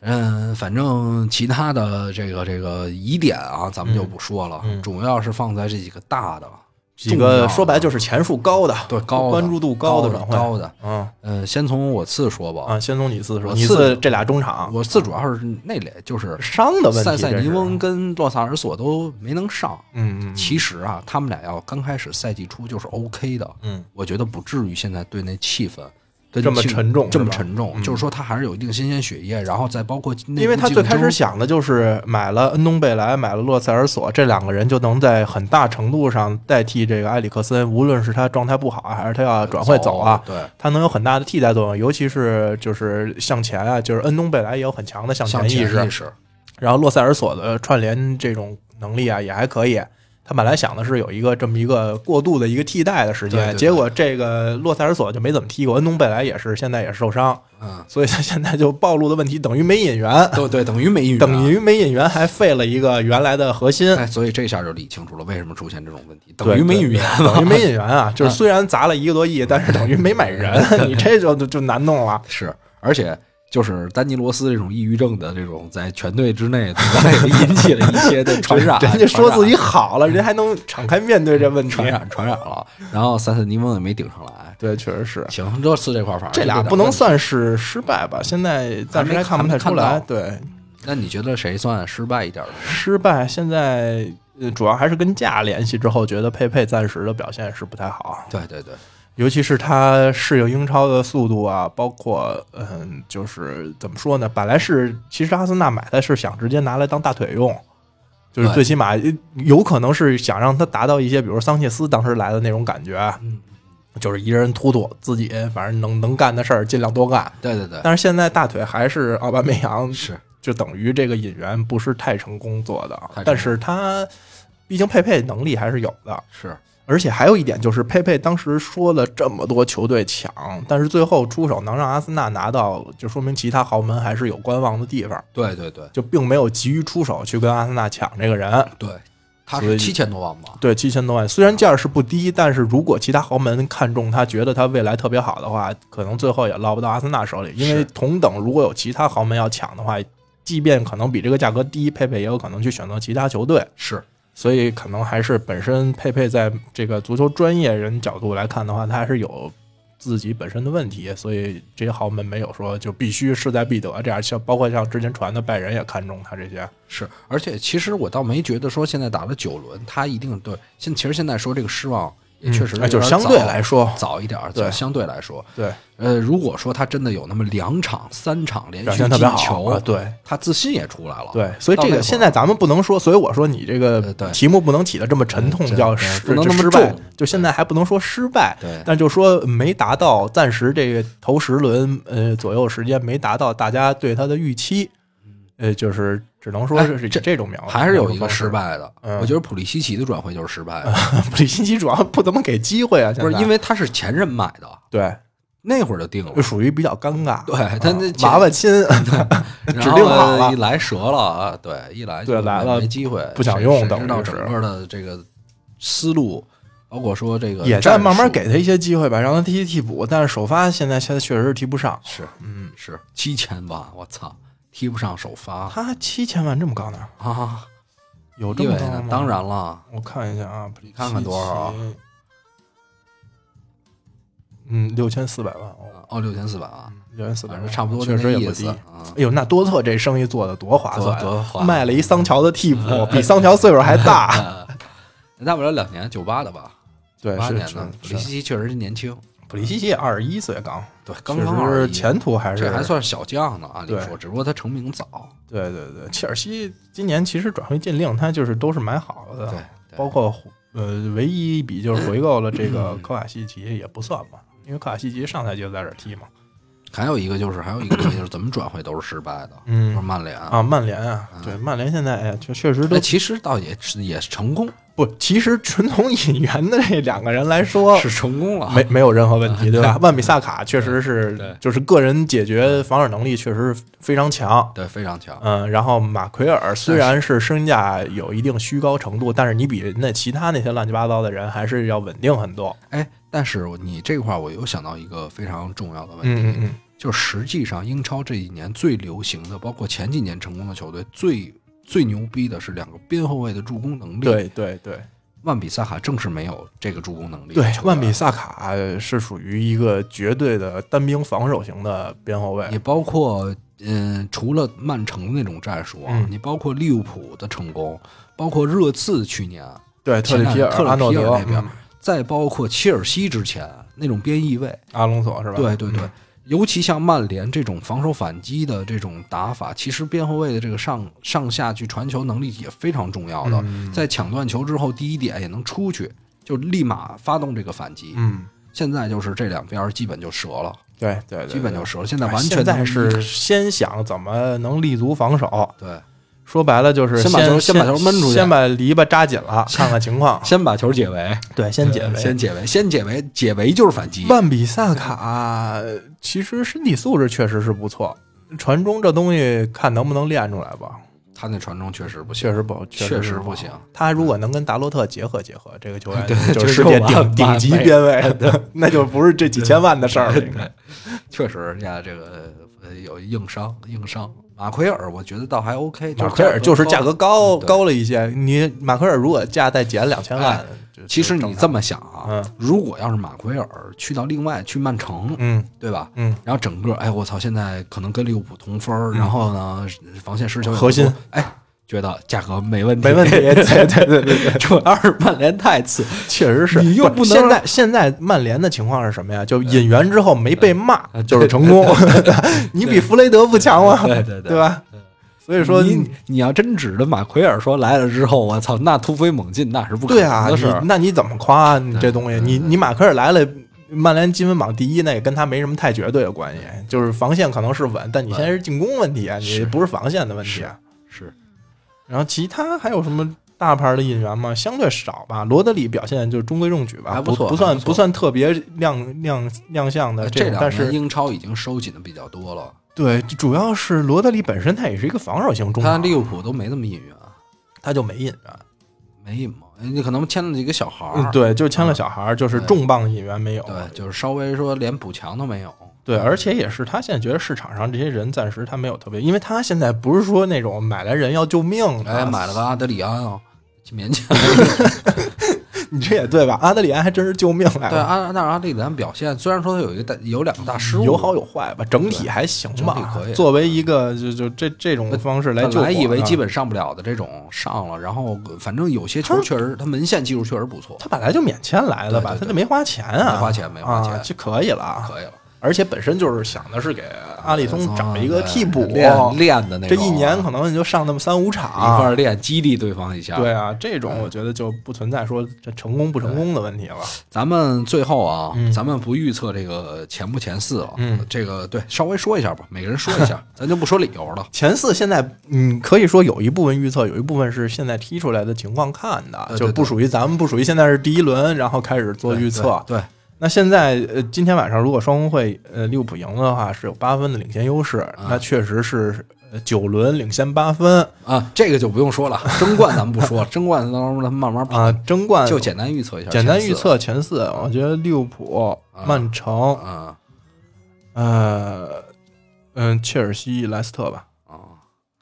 嗯，反正其他的这个这个疑点啊，咱们就不说了，
嗯嗯
主要是放在这几个大的，
几个说白
了
就是钱数高的，
对高的
关注度
高
的
的
转会，
高的。
嗯
嗯，先从我次说吧，
啊，先从你四说，
我
你
四
四这俩中场
我次主要是内敛，就是
伤的问题，
塞塞
这是
尼翁，跟洛萨尔索都没能上。
嗯嗯
其实啊，他们俩要刚开始赛季初就是 OK 的，
嗯，
我觉得不至于现在对那气氛跟
这么
竞
沉重
这么
是吧
沉重。
嗯
就是说，他还是有一定新鲜血液，然后再包括内部
因为他最开
竞
始
争
想的就是买了恩东贝莱，买了洛塞尔索这两个人，就能在很大程度上代替这个埃里克森，无论是他状态不好啊，还是他要转会走啊。
对，
他能有很大的替代作用，尤其是就是向前啊，就是恩东贝莱也有很强的向
向
前意识，
识意识，
然后洛塞尔索的串联这种能力啊也还可以。他本来想的是有一个这么一个过渡的一个替代的时间，
对对对
结果这个洛塞尔索就没怎么踢过，恩东贝莱也是现在也是受伤，
嗯，
所以他现在就暴露的问题等于没引援，
对对，等于没预
等
于。
于没引援还废了一个原来的核心，
哎，所以这下就理清楚了为什么出现这种问题，
对
等于没语言
对
了。嗯
等于没引援 啊！就是虽然砸了一个多亿，但是等于没买人，你这就就就难弄了。
是，而且就是丹尼罗斯这种抑郁症的这种，在全队之内，大概也引起了一些的传染。
人家说
传染
自己好了，人家还能敞开面对这问题
传，染传染了，然后三四尼翁也没顶上来。
对，确实是。
行，热 刺这块儿反正
这俩不能。算是失败吧？现在暂时还看不太出
还
来。
没看
对，
那你觉得谁算失败一点儿的？
失败现在呃主要还是跟价联系之后，觉得佩佩暂时的表现是不太好，啊
对对对，
尤其是他适应英超的速度啊，包括嗯，就是怎么说呢？本来是其实阿森纳买他是想直接拿来当大腿用。就是
对
最起码呃有可能是想让他达到一些，比如桑切斯当时来的那种感觉，啊
嗯，
就是一人突突自己，反正能能干的事儿尽量多干。
对对对，
但是现在大腿还是奥巴梅扬
是
就等于这个引援不是太成功做的啊
成，
但是他毕竟佩佩能力还是有的，啊
是，
而且还有一点就是佩佩当时说了这么多球队抢，但是最后出手能让阿森纳拿到，就说明其他豪门还是有观望的地方，
对对对
就并没有急于出手去跟阿森纳抢这个人。
对，他
所以
是七千多万吧？
对，七千多万，虽然价儿是不低，但是如果其他豪门看中他，觉得他未来特别好的话，可能最后也落不到阿森纳手里。因为
是
同等如果有其他豪门要抢的话，即便可能比这个价格低，佩佩也有可能去选择其他球队。
是，
所以可能还是本身佩佩在这个足球专业人角度来看的话，他还是有自己本身的问题，所以这些豪门没有说就必须势在必得这样。像包括像之前传的拜仁也看中他这些，
是，而且其实我倒没觉得说现在打了九轮，他一定对。现其实现在说这个失望也嗯确实
哎就
有点
是相对
早
来说
早一点儿，
对
早相对来说，
对
呃，如如果说他真的有那么两场、三场连
表
续
现特别
进
好
球，
啊，对。
他自信也出来了。
对，所以
哦到那
这
会儿
个现在咱们不能说，所以我说你这个
呃对
题目不能起的这么沉痛，
对
叫
对
失
不能
就
那么
失败
重。
就现在还不能说失败，
对
但就说嗯没达到，暂时这个头十轮呃左右时间没达到大家对他的预期，呃，就是只能说
嗯哎
是以
这
这种描述，
还是有 一个失。败的，
嗯
我觉得普利西奇的转会就是失败的，
普里辛奇主要不怎么给机会啊，
不是
现在
因为他是前任买的，
对，
那会儿就定了
就，属于比较尴尬。
对他那
啊
前
娃 娃亲指
然
定好
后
了
一，来折了啊，对，一来就
对来
没
了
没机会，
不想
谁
用
谁
等于
知道
是
整个的这个思路，包括说这个
也在
战
慢慢
术
给他一些机会吧，让他踢踢替补，但是首发现在现在确实是踢不上。
是
嗯，
是七千万，我操，踢不上首发
他七千万这么高呢？
啊！
有这
因
么
为
高
呢
吗？，
当，然了，
我看一下啊，
你看看多少啊
77？嗯，六千四百万哦，
哦，六千四百万，
六千四百
反
万，
正差不多
确
就
实
那
也不
意
低。
思
哎
啊。
呦，那多特这生意做的多划算，啊
多多划算嗯
卖了一桑乔的替补，比桑乔岁数还大。
呃，大不了两年，九八的吧，
对，
八
是
年的。普利
是
西
是，
奇确实是年轻，
普利西奇二十一岁刚，
对，刚
确
刚
实
而
是
已
前途还是
这还算是小将呢，按理
对
说，只不过他成名早，
对对对，切尔西今年其实转会禁令，他就是都是买好了的，
对，对
包括呃，唯一一笔就是回购了这个科瓦西奇，也不算吧，因为科瓦西奇上赛季就在这儿踢嘛。
还有一个就是，还 有一个就是怎么转会都是失败的，就是
嗯
曼联。
啊，曼联啊，对，曼联现在哎，确确实都
那其实倒也是也是成功，
不，其实纯从引援的这两个人来说，
是成功了。
哦没没有任何问啊题，对吧？万比萨卡确实
对
是，就是个人解决防守能力确实非常强。
对，非常强。
嗯，然后马奎尔虽然是身价有一定虚高程度，但是你比那其他那些乱七八糟的人还是要稳定很多。
哎，但是你这块儿我又想到一个非常重要的问题，
嗯嗯嗯，
就是实际上英超这几年最流行的，包括前几年成功的球队，最最牛逼的是两个边后卫的助攻能力。，
对对对
万比萨卡正是没有这个助攻能力的
对，
球员。
万比萨卡是属于一个绝对的单兵防守型的边后卫。
也包括嗯，除了曼城那种战术啊，
嗯
你包括利物浦的成功，包括热刺去年，啊
对，特里皮尔、
前两
阿诺
特里皮尔
德
那边、
嗯
再包括切尔西之前那种边翼位，
阿隆索是吧？
对对对。
嗯
尤其像曼联这种防守反击的这种打法，其实边后卫的这个上上下去传球能力也非常重要的，
嗯
在抢断球之后，第一点也能出去，就立马发动这个反击。
嗯，
现在就是这两边基本就折了，
对对对，对
基本就折了，现在
哎
完全
现在
能
是先想怎么能立足防守，
对，
说白了就是
先把球
先
先把球闷出去
先把篱笆扎紧了，看看情况。
先把球解围，
对，先解围。
先解围，先解围，解围就是反击。
万比萨卡其实身体素质确实是不错，传中这东西看能不能练出来吧，
他那传中确实不行，
确实不好，
确
实
实
不
不
好
行。嗯
他如果能跟达洛特结合结合，这个球 员
对就
就
是
是世界
完
顶顶
完
级
美
边卫，那就不是这几千万的事儿了。应该
确实，人家这个呃有硬伤，硬伤。马奎尔我觉得倒还 OK，
马奎尔就是价格
高。
高
嗯对
高了一些，你马奎尔如果价再减两千万
哎，
就
其实
就
你
正
这
常
么想啊，
嗯
如果要是马奎尔去到另外去曼城，
嗯
对吧？
嗯，
然后整个，哎，我操！现在可能跟利物浦同分儿，然后呢，防线失球也不
核心
多，哎，觉得价格没问题，
没问题，。对对对对对，
主要是曼联太次，
确实是。
你又不能
现在现在曼联的情况是什么呀？就引援之后没被骂
对，
就是成功。 你比弗雷德不强吗？
对对对
对吧？所以说
你你要真指着马奎尔说来了之后，我操，那突飞猛进那是不可
对啊，
能的事儿
你。那你怎么夸啊你这东西？
对
你你马奎尔来了。曼联积分榜第一，那也跟他没什么太绝对的关系，就是防线可能是稳，但你现在是进攻问题啊，你
是
不是防线的问题啊。
是
然后其他还有什么大牌的引援吗？相对少吧。罗德里表现就是中规中矩吧，
还不
不
错
不
还
算
不错呃
不算特别亮亮亮相的
这
种，
两
但是
年英超已经收紧的比较多了，
对，主要是罗德里本身他也是一个防守型中
他
场，
利物浦都没那么引援，啊
他就没引援。
没引嘛，你可能签了几个小孩
嗯，
儿，
对，就签了小孩儿，就是重磅引援没有。
对，就是稍微说连补强都没有，
对，而且也是他现在觉得市场上这些人暂时他没有特别，因为他现在不是说那种买来人要救命的。
哎，买了个阿德里安啊，勉强。
你这也对吧？阿德里安还真是救命来
对，啊
了，
阿那阿德里安表现虽然说他有一个大有两个大失误，
有好有坏吧，整体还行
整体
吧。
可以
作为一个就就这这种方式来
本
救火啊
来
的，
以为基本上不了的这种上了，然后呃反正有些球确实他门线技术确实不错，
他本来就免签来的吧，
对对对
他就没花钱啊，
没花钱没花钱
啊就可以了啊。
可以了。
而且本身就是想的是给阿里松找一个替补，
对哎练练的那
这
种啊
一年可能也就上那么三五场，
一块儿练，激励对方一下。
对，啊，这种我觉得就不存在说这成功不成功的问题了。
咱们最后啊，
嗯
咱们不预测这个前不前四了，啊
嗯
这个对，稍微说一下吧，每个人说一 下，咱就不说理由了。
前四现在，嗯，可以说有一部分预测，有一部分是现在踢出来的情况看的，
呃对对
就不属于咱们，不属于现在是第一轮，然后开始做
对
预测。
对，对
那现在，呃，今天晚上如果双红会，呃，利物浦赢了的话，是有八分的领先优势，那确实是呃九轮领先八分
啊，这个就不用说了， 争冠咱们不说， 争冠到时候咱们慢慢
啊，争冠
就简单预测一下，
简单
前四啊
预，测前四，我觉得利物浦、曼城、
啊
呃，嗯，切尔西、莱斯特吧，
啊，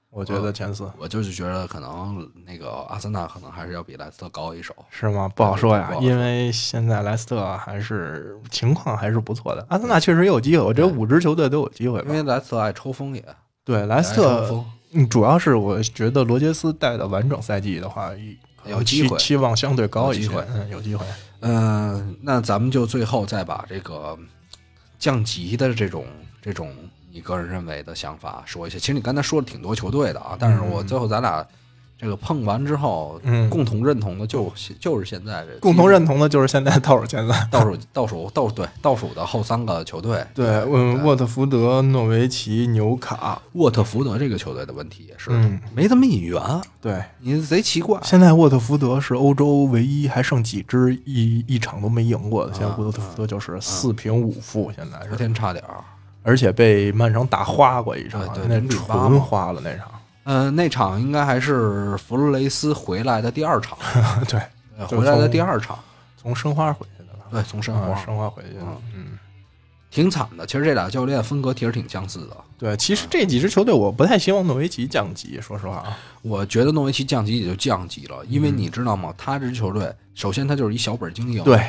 我觉得前四、
我就是觉得可能那个阿森纳可能还是要比莱斯特高一手，
是吗？不好说呀
不，好说
因为现在莱斯特还是情况还是不错的，阿森纳确实有机会，我觉得五支球队都有机会
因
吧。
为莱斯特爱抽风也，
对，莱斯
莱斯
特
特，
嗯，主要是我觉得罗杰斯带的完整赛季的话，一
有机会
期期望相对高一
有
些，
机会
嗯，有机会。
嗯、那咱们就最后再把这个降级的这种这种你个人认为的想法说一下。其实你刚才说了挺多球队的啊，但是我最后咱俩这个碰完之后，
嗯，
共同认同的就就是现在这
共同认同的就是现在倒数前 三。
倒数倒数倒对倒数的后三个球队，
对，嗯，沃特福德、诺维奇、纽卡，
沃特福德这个球队的问题也是、
嗯，
没怎么引援，
对。
你贼奇怪。
现在沃特福德是欧洲唯一还剩几支一一场都没赢过的，现在
啊
沃特福德就是四平五负，现在
昨
是，
天差点儿，
而且被曼城打花过一场
啊对，对
那
零比八嘛
纯花了那场，
嗯、那场应该还是弗洛雷斯回来的第二场，
对，
呃
就
回来的
从
第二场，
从申花回去的吧，
对，从嗯申花、
啊，申花回去的
嗯，
嗯，
挺惨的。其实这俩教练风格其实挺相似的，
对，其实这几支球队我不太希望诺维奇降级，说实话啊，
我觉得诺维奇降级也就降级了，因为
嗯
你知道吗？他这支球队首先他就是一小本经营，，
对，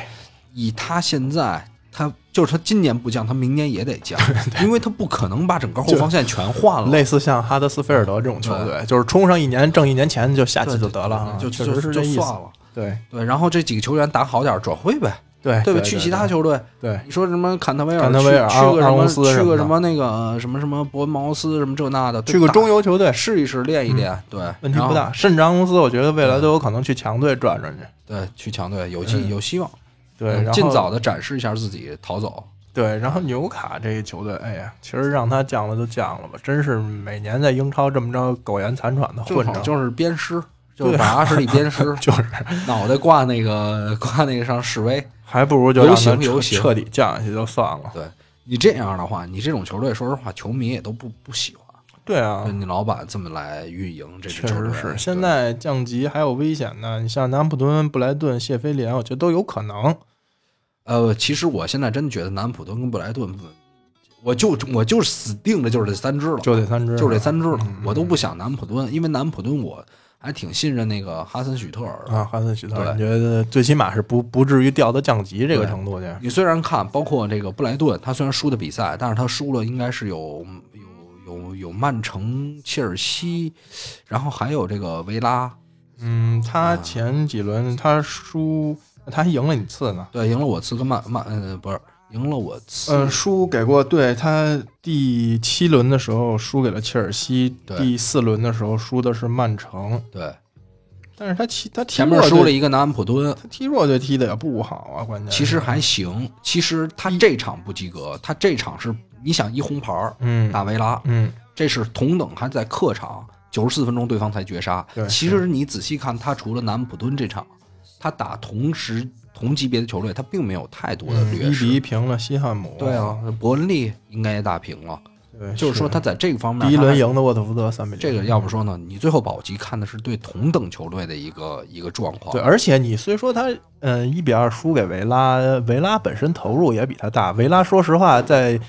以他现在。他就是他今年不降，他明年也得降，因为他不可能把整个后防线全换了。
类似像哈德斯菲尔德这种球
嗯
队，就是冲上一年挣一年钱就下去就得了啊，
就
确实
就是就
这意
算
思，
了。
对
对，然后这几个球员打好点儿转会呗，
哎对
对吧？去其他球队，
对
你说什么坎特威尔，
坎特威尔
去
阿
去个什
阿
么
隆斯什么的
去个什么那个呃什么什么伯恩茅斯什么这那的，对
去个
打
中游球队
试一试练一练，对，
问题
然
不
后
大，甚至阿隆斯我觉得未来都有可能去强队转转去，
对，去强队有希
嗯
有希望，
对，
嗯
然后
尽早的展示一下自己，逃走。
对，然后纽卡这个球队，哎呀，其实让他降了就降了吧，真是每年在英超这么着苟延残喘的
正
混
好
着，
就是鞭尸，
对，
就是把阿什利鞭尸
就是
脑袋挂那个挂那个上示威。
还不如就让他
游行游
彻
行
彻底降下去就算了。
你这样的话，你这种球队，说实话，球迷也都不不喜欢。
对啊，
就你老板这么来运营嗯这支
确
球队，
实是，
对
现在降级还有危险呢。你像南普敦、布莱顿、谢菲联，我觉得都有可能。
呃，其实我现在真觉得南安普敦跟布莱顿不，我就我就死定的就是这三支了，就
就这三支，
这三支了，
嗯
我都不想南安普敦，因为南安普敦我还挺信任那个哈森许特尔的。
啊，哈森许特，
对
你觉得最起码是不不至于掉到降级这个
对
程度去？
你虽然看，包括这个布莱顿，他虽然输的比赛，但是他输了应该是有有有有曼城、切尔西，然后还有这个维拉，
嗯，他
啊
前几轮他输，他还赢了一次呢。
对，赢了我次跟曼曼呃不是赢了我次，
呃，输给过，对他第七轮的时候输给了切尔西，
对
第四轮的时候输的是曼城，
对，
但是他踢他踢
前面
弱
输了
队
一个南安普敦，
他踢弱队踢的也不好啊，关键
其实
是
还行。其实他这场不及格，他这场是你想一红牌儿
嗯
打维拉，
嗯
这是同等还在客场九十四分钟对方才绝杀
对。
其实你仔细看，他除了南安普敦这场，他打同时同级别的球队，他并没有太多的
嗯
劣
一比一
势。
平了西汉姆，
对啊，伯恩利应该也打平了，
对，
就是说他在这个方面，
第一
他
轮
还
赢的沃特福德三比零。
这个要不说呢，你最后保级看的是对同等球队的一个一个状况。
对，而且你虽说他嗯一比二输给维拉，维拉本身投入也比他大。维拉说实话在。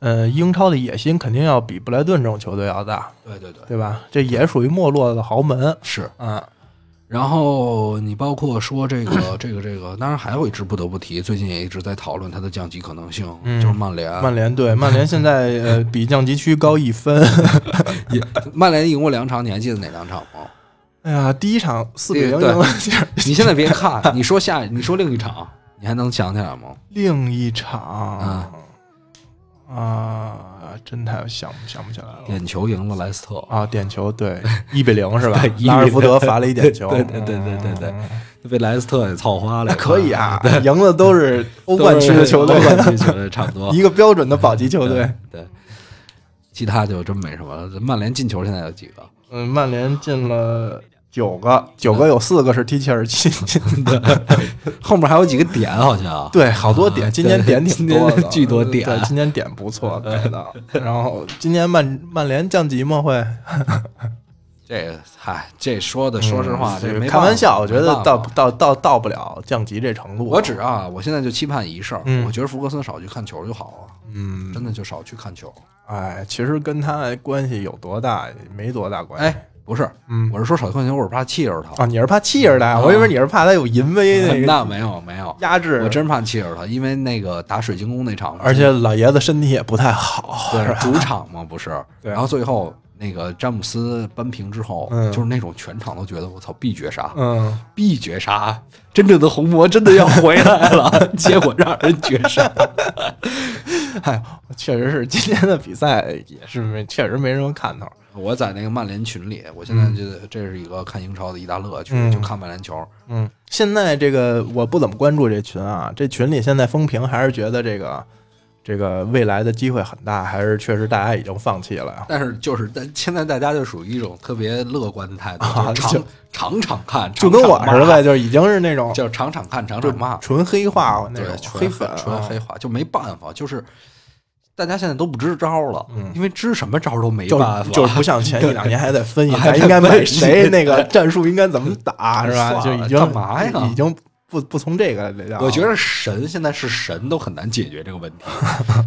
嗯，英超的野心肯定要比布莱顿这种球队要大，
对对对，
对吧？这也属于没落的豪门
是。
啊。
然后你包括说这个这个这个，当然还有一支不得不提，最近也一直在讨论它的降级可能性，
嗯
就是曼联。啊
曼联对曼联现在呃比降级区高一分。
曼联赢过两场，你还记得哪两场吗？
哎呀，第一场四比零赢
对
了切尔西，
你现在别看，你说下，你说另一场，你还能想起来吗？
另一场啊，真太想不想不起来了。
点球赢了莱斯特，
啊，点球对，一比 零是吧
对1比？零
拉尔福德罚了一点 球，
对对对对对对
嗯，
被莱斯特给操花了。
可以， 啊，赢的都是欧
欧
冠区的球队
欧，冠区球队差不 多。
一个标准的保级球队
对。对，其他就真没什么了。这曼联进球现在有几个？
嗯，曼联进了九个，九个有四个是踢切尔 西进的，
后面还有几个点好 像。
对，好多点，今年点挺多
呃今
的，
年 巨多点呃
对，今年点不错给的。然后今年曼曼联降级吗？会
这个嗨，这说的嗯说实话，
嗯
这没办法
开玩笑，我觉
没
得
办
到
法
到到到不了降级这程度。
我只啊，我现在就期盼一事儿，
嗯
我觉得福格森少去看球就好了，
嗯，
真的就少去看球。
哎，其实跟他关系有多大，没多大关系。
哎，不是，
嗯，
我是说少去看球，我是怕气着他。
啊，你是怕气着他，
啊
我以为你是怕他有淫威那个
那没有没有，
压制。
我真怕气着他，因为那个打水晶宫那场，
而且老爷子身体也不太好，是
对
吧
主场嘛不是，
啊对
然后最后那个詹姆斯扳平之后，
嗯
就是那种全场都觉得我操必绝杀，
嗯，
必绝杀，真正的红魔真的要回来 了，结果让人绝杀。
哎，确实是今天的比赛也是没，确实没什么看头。
我在那个曼联群里，我现在就这是一个看英超的一大乐趣，
嗯
就看曼联球。
嗯，现在这个我不怎么关注这群啊，这群里现在风评还是觉得这个这个未来的机会很大，还是确实大家已经放弃了啊。
但是就是，但现在大家就属于一种特别乐观的态度，
啊
就是
就
场场场看，
就跟我
场场
儿
骂
子就是已经是那种
就是场场看，场
就
场骂，
纯黑化那
对
种，
纯
黑粉啊，
纯黑化就没办法，就是大家现在都不支招了，
嗯
因为支什么招都没
就
办法，
就是不像前一两年还在分析
还
咱
在
应该买
分析
谁，那个战术应该怎么打，是吧？就
算了
已经
干嘛呀
已经不不从这个聊了。
我觉得神现在是神都很难解决这个问 题，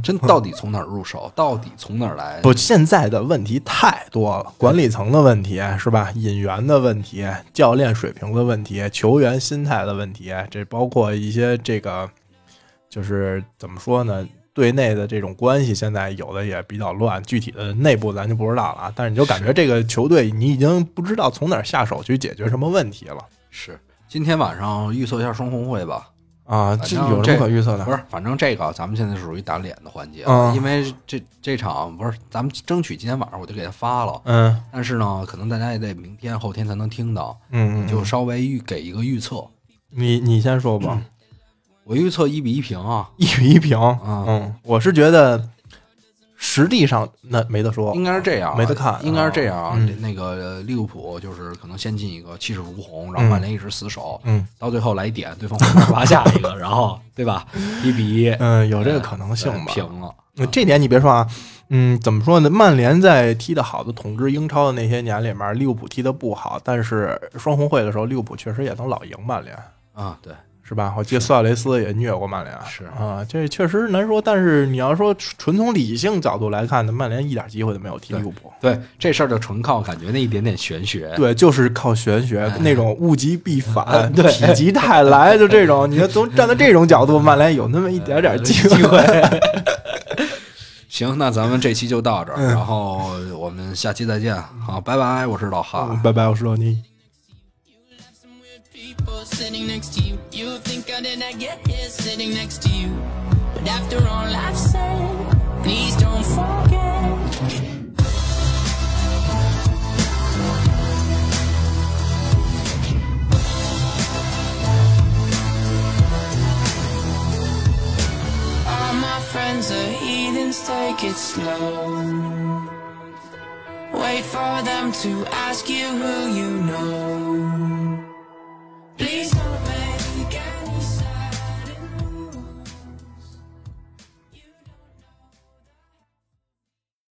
真到底从哪儿入手，到底从哪儿来？
不，现在的问题太多了，管理层的问题是吧？引援的问题，教练水平的问题，球员心态的问题，这包括一些这个，就是怎么说呢？队内的这种关系现在有的也比较乱，具体的内部咱就不知道了啊。但是你就感觉这个球队你已经不知道从哪儿下手去解决什么问题了
是今天晚上预测一下双红会吧，
啊！
反
这
正
有什么可预测的
不？是，反正这个咱们现在属于打脸的环节，
嗯
因为这这场不是咱们争取今天晚上我就给他发了，
嗯
但是呢，可能大家也得明天后天才能听到，
嗯，嗯
就稍微预给一个预测，
你你先说吧。
我预测一比一平啊，
一比一平。
嗯
嗯，我是觉得实际上那没得说
应，该是这样啊，
哦没得看
应该是这样啊。
嗯
那个利物浦就是可能先进一个气势如虹，然后曼联一直死守，
嗯
到最后来一点，对方回头拿下一个，然 后对吧，一比一，
嗯，有这个可能性
呃
吧。
平了。
嗯这点你别说啊，嗯，怎么说呢？曼联在踢得好的统治英超的那些年里面，利物浦踢得不好，但是双红会的时候，利物浦确实也能老赢曼联。
啊，对，
是吧？我记得苏亚雷斯也虐过曼联，
是
啊，这确实难说。但是你要说纯从理性角度来看呢，曼联一点机会都没有踢利物浦。
对这事儿就纯靠感觉那一点点玄 学。
对，就是靠玄学那种物极必反，
对
否极 泰来，就这种。你从站在这种角度，曼联有那么一点点哎机会。
行，那咱们这期就到这儿，然后我们下期再见。好，拜拜，我是老哈。
嗯拜拜，我是罗尼。
You left some weird people sitting next to you. You think I did not get here sitting next to you. But after all I've said, please don't forget. All my friends are heathens, take it slow. Wait for them to ask you who you know.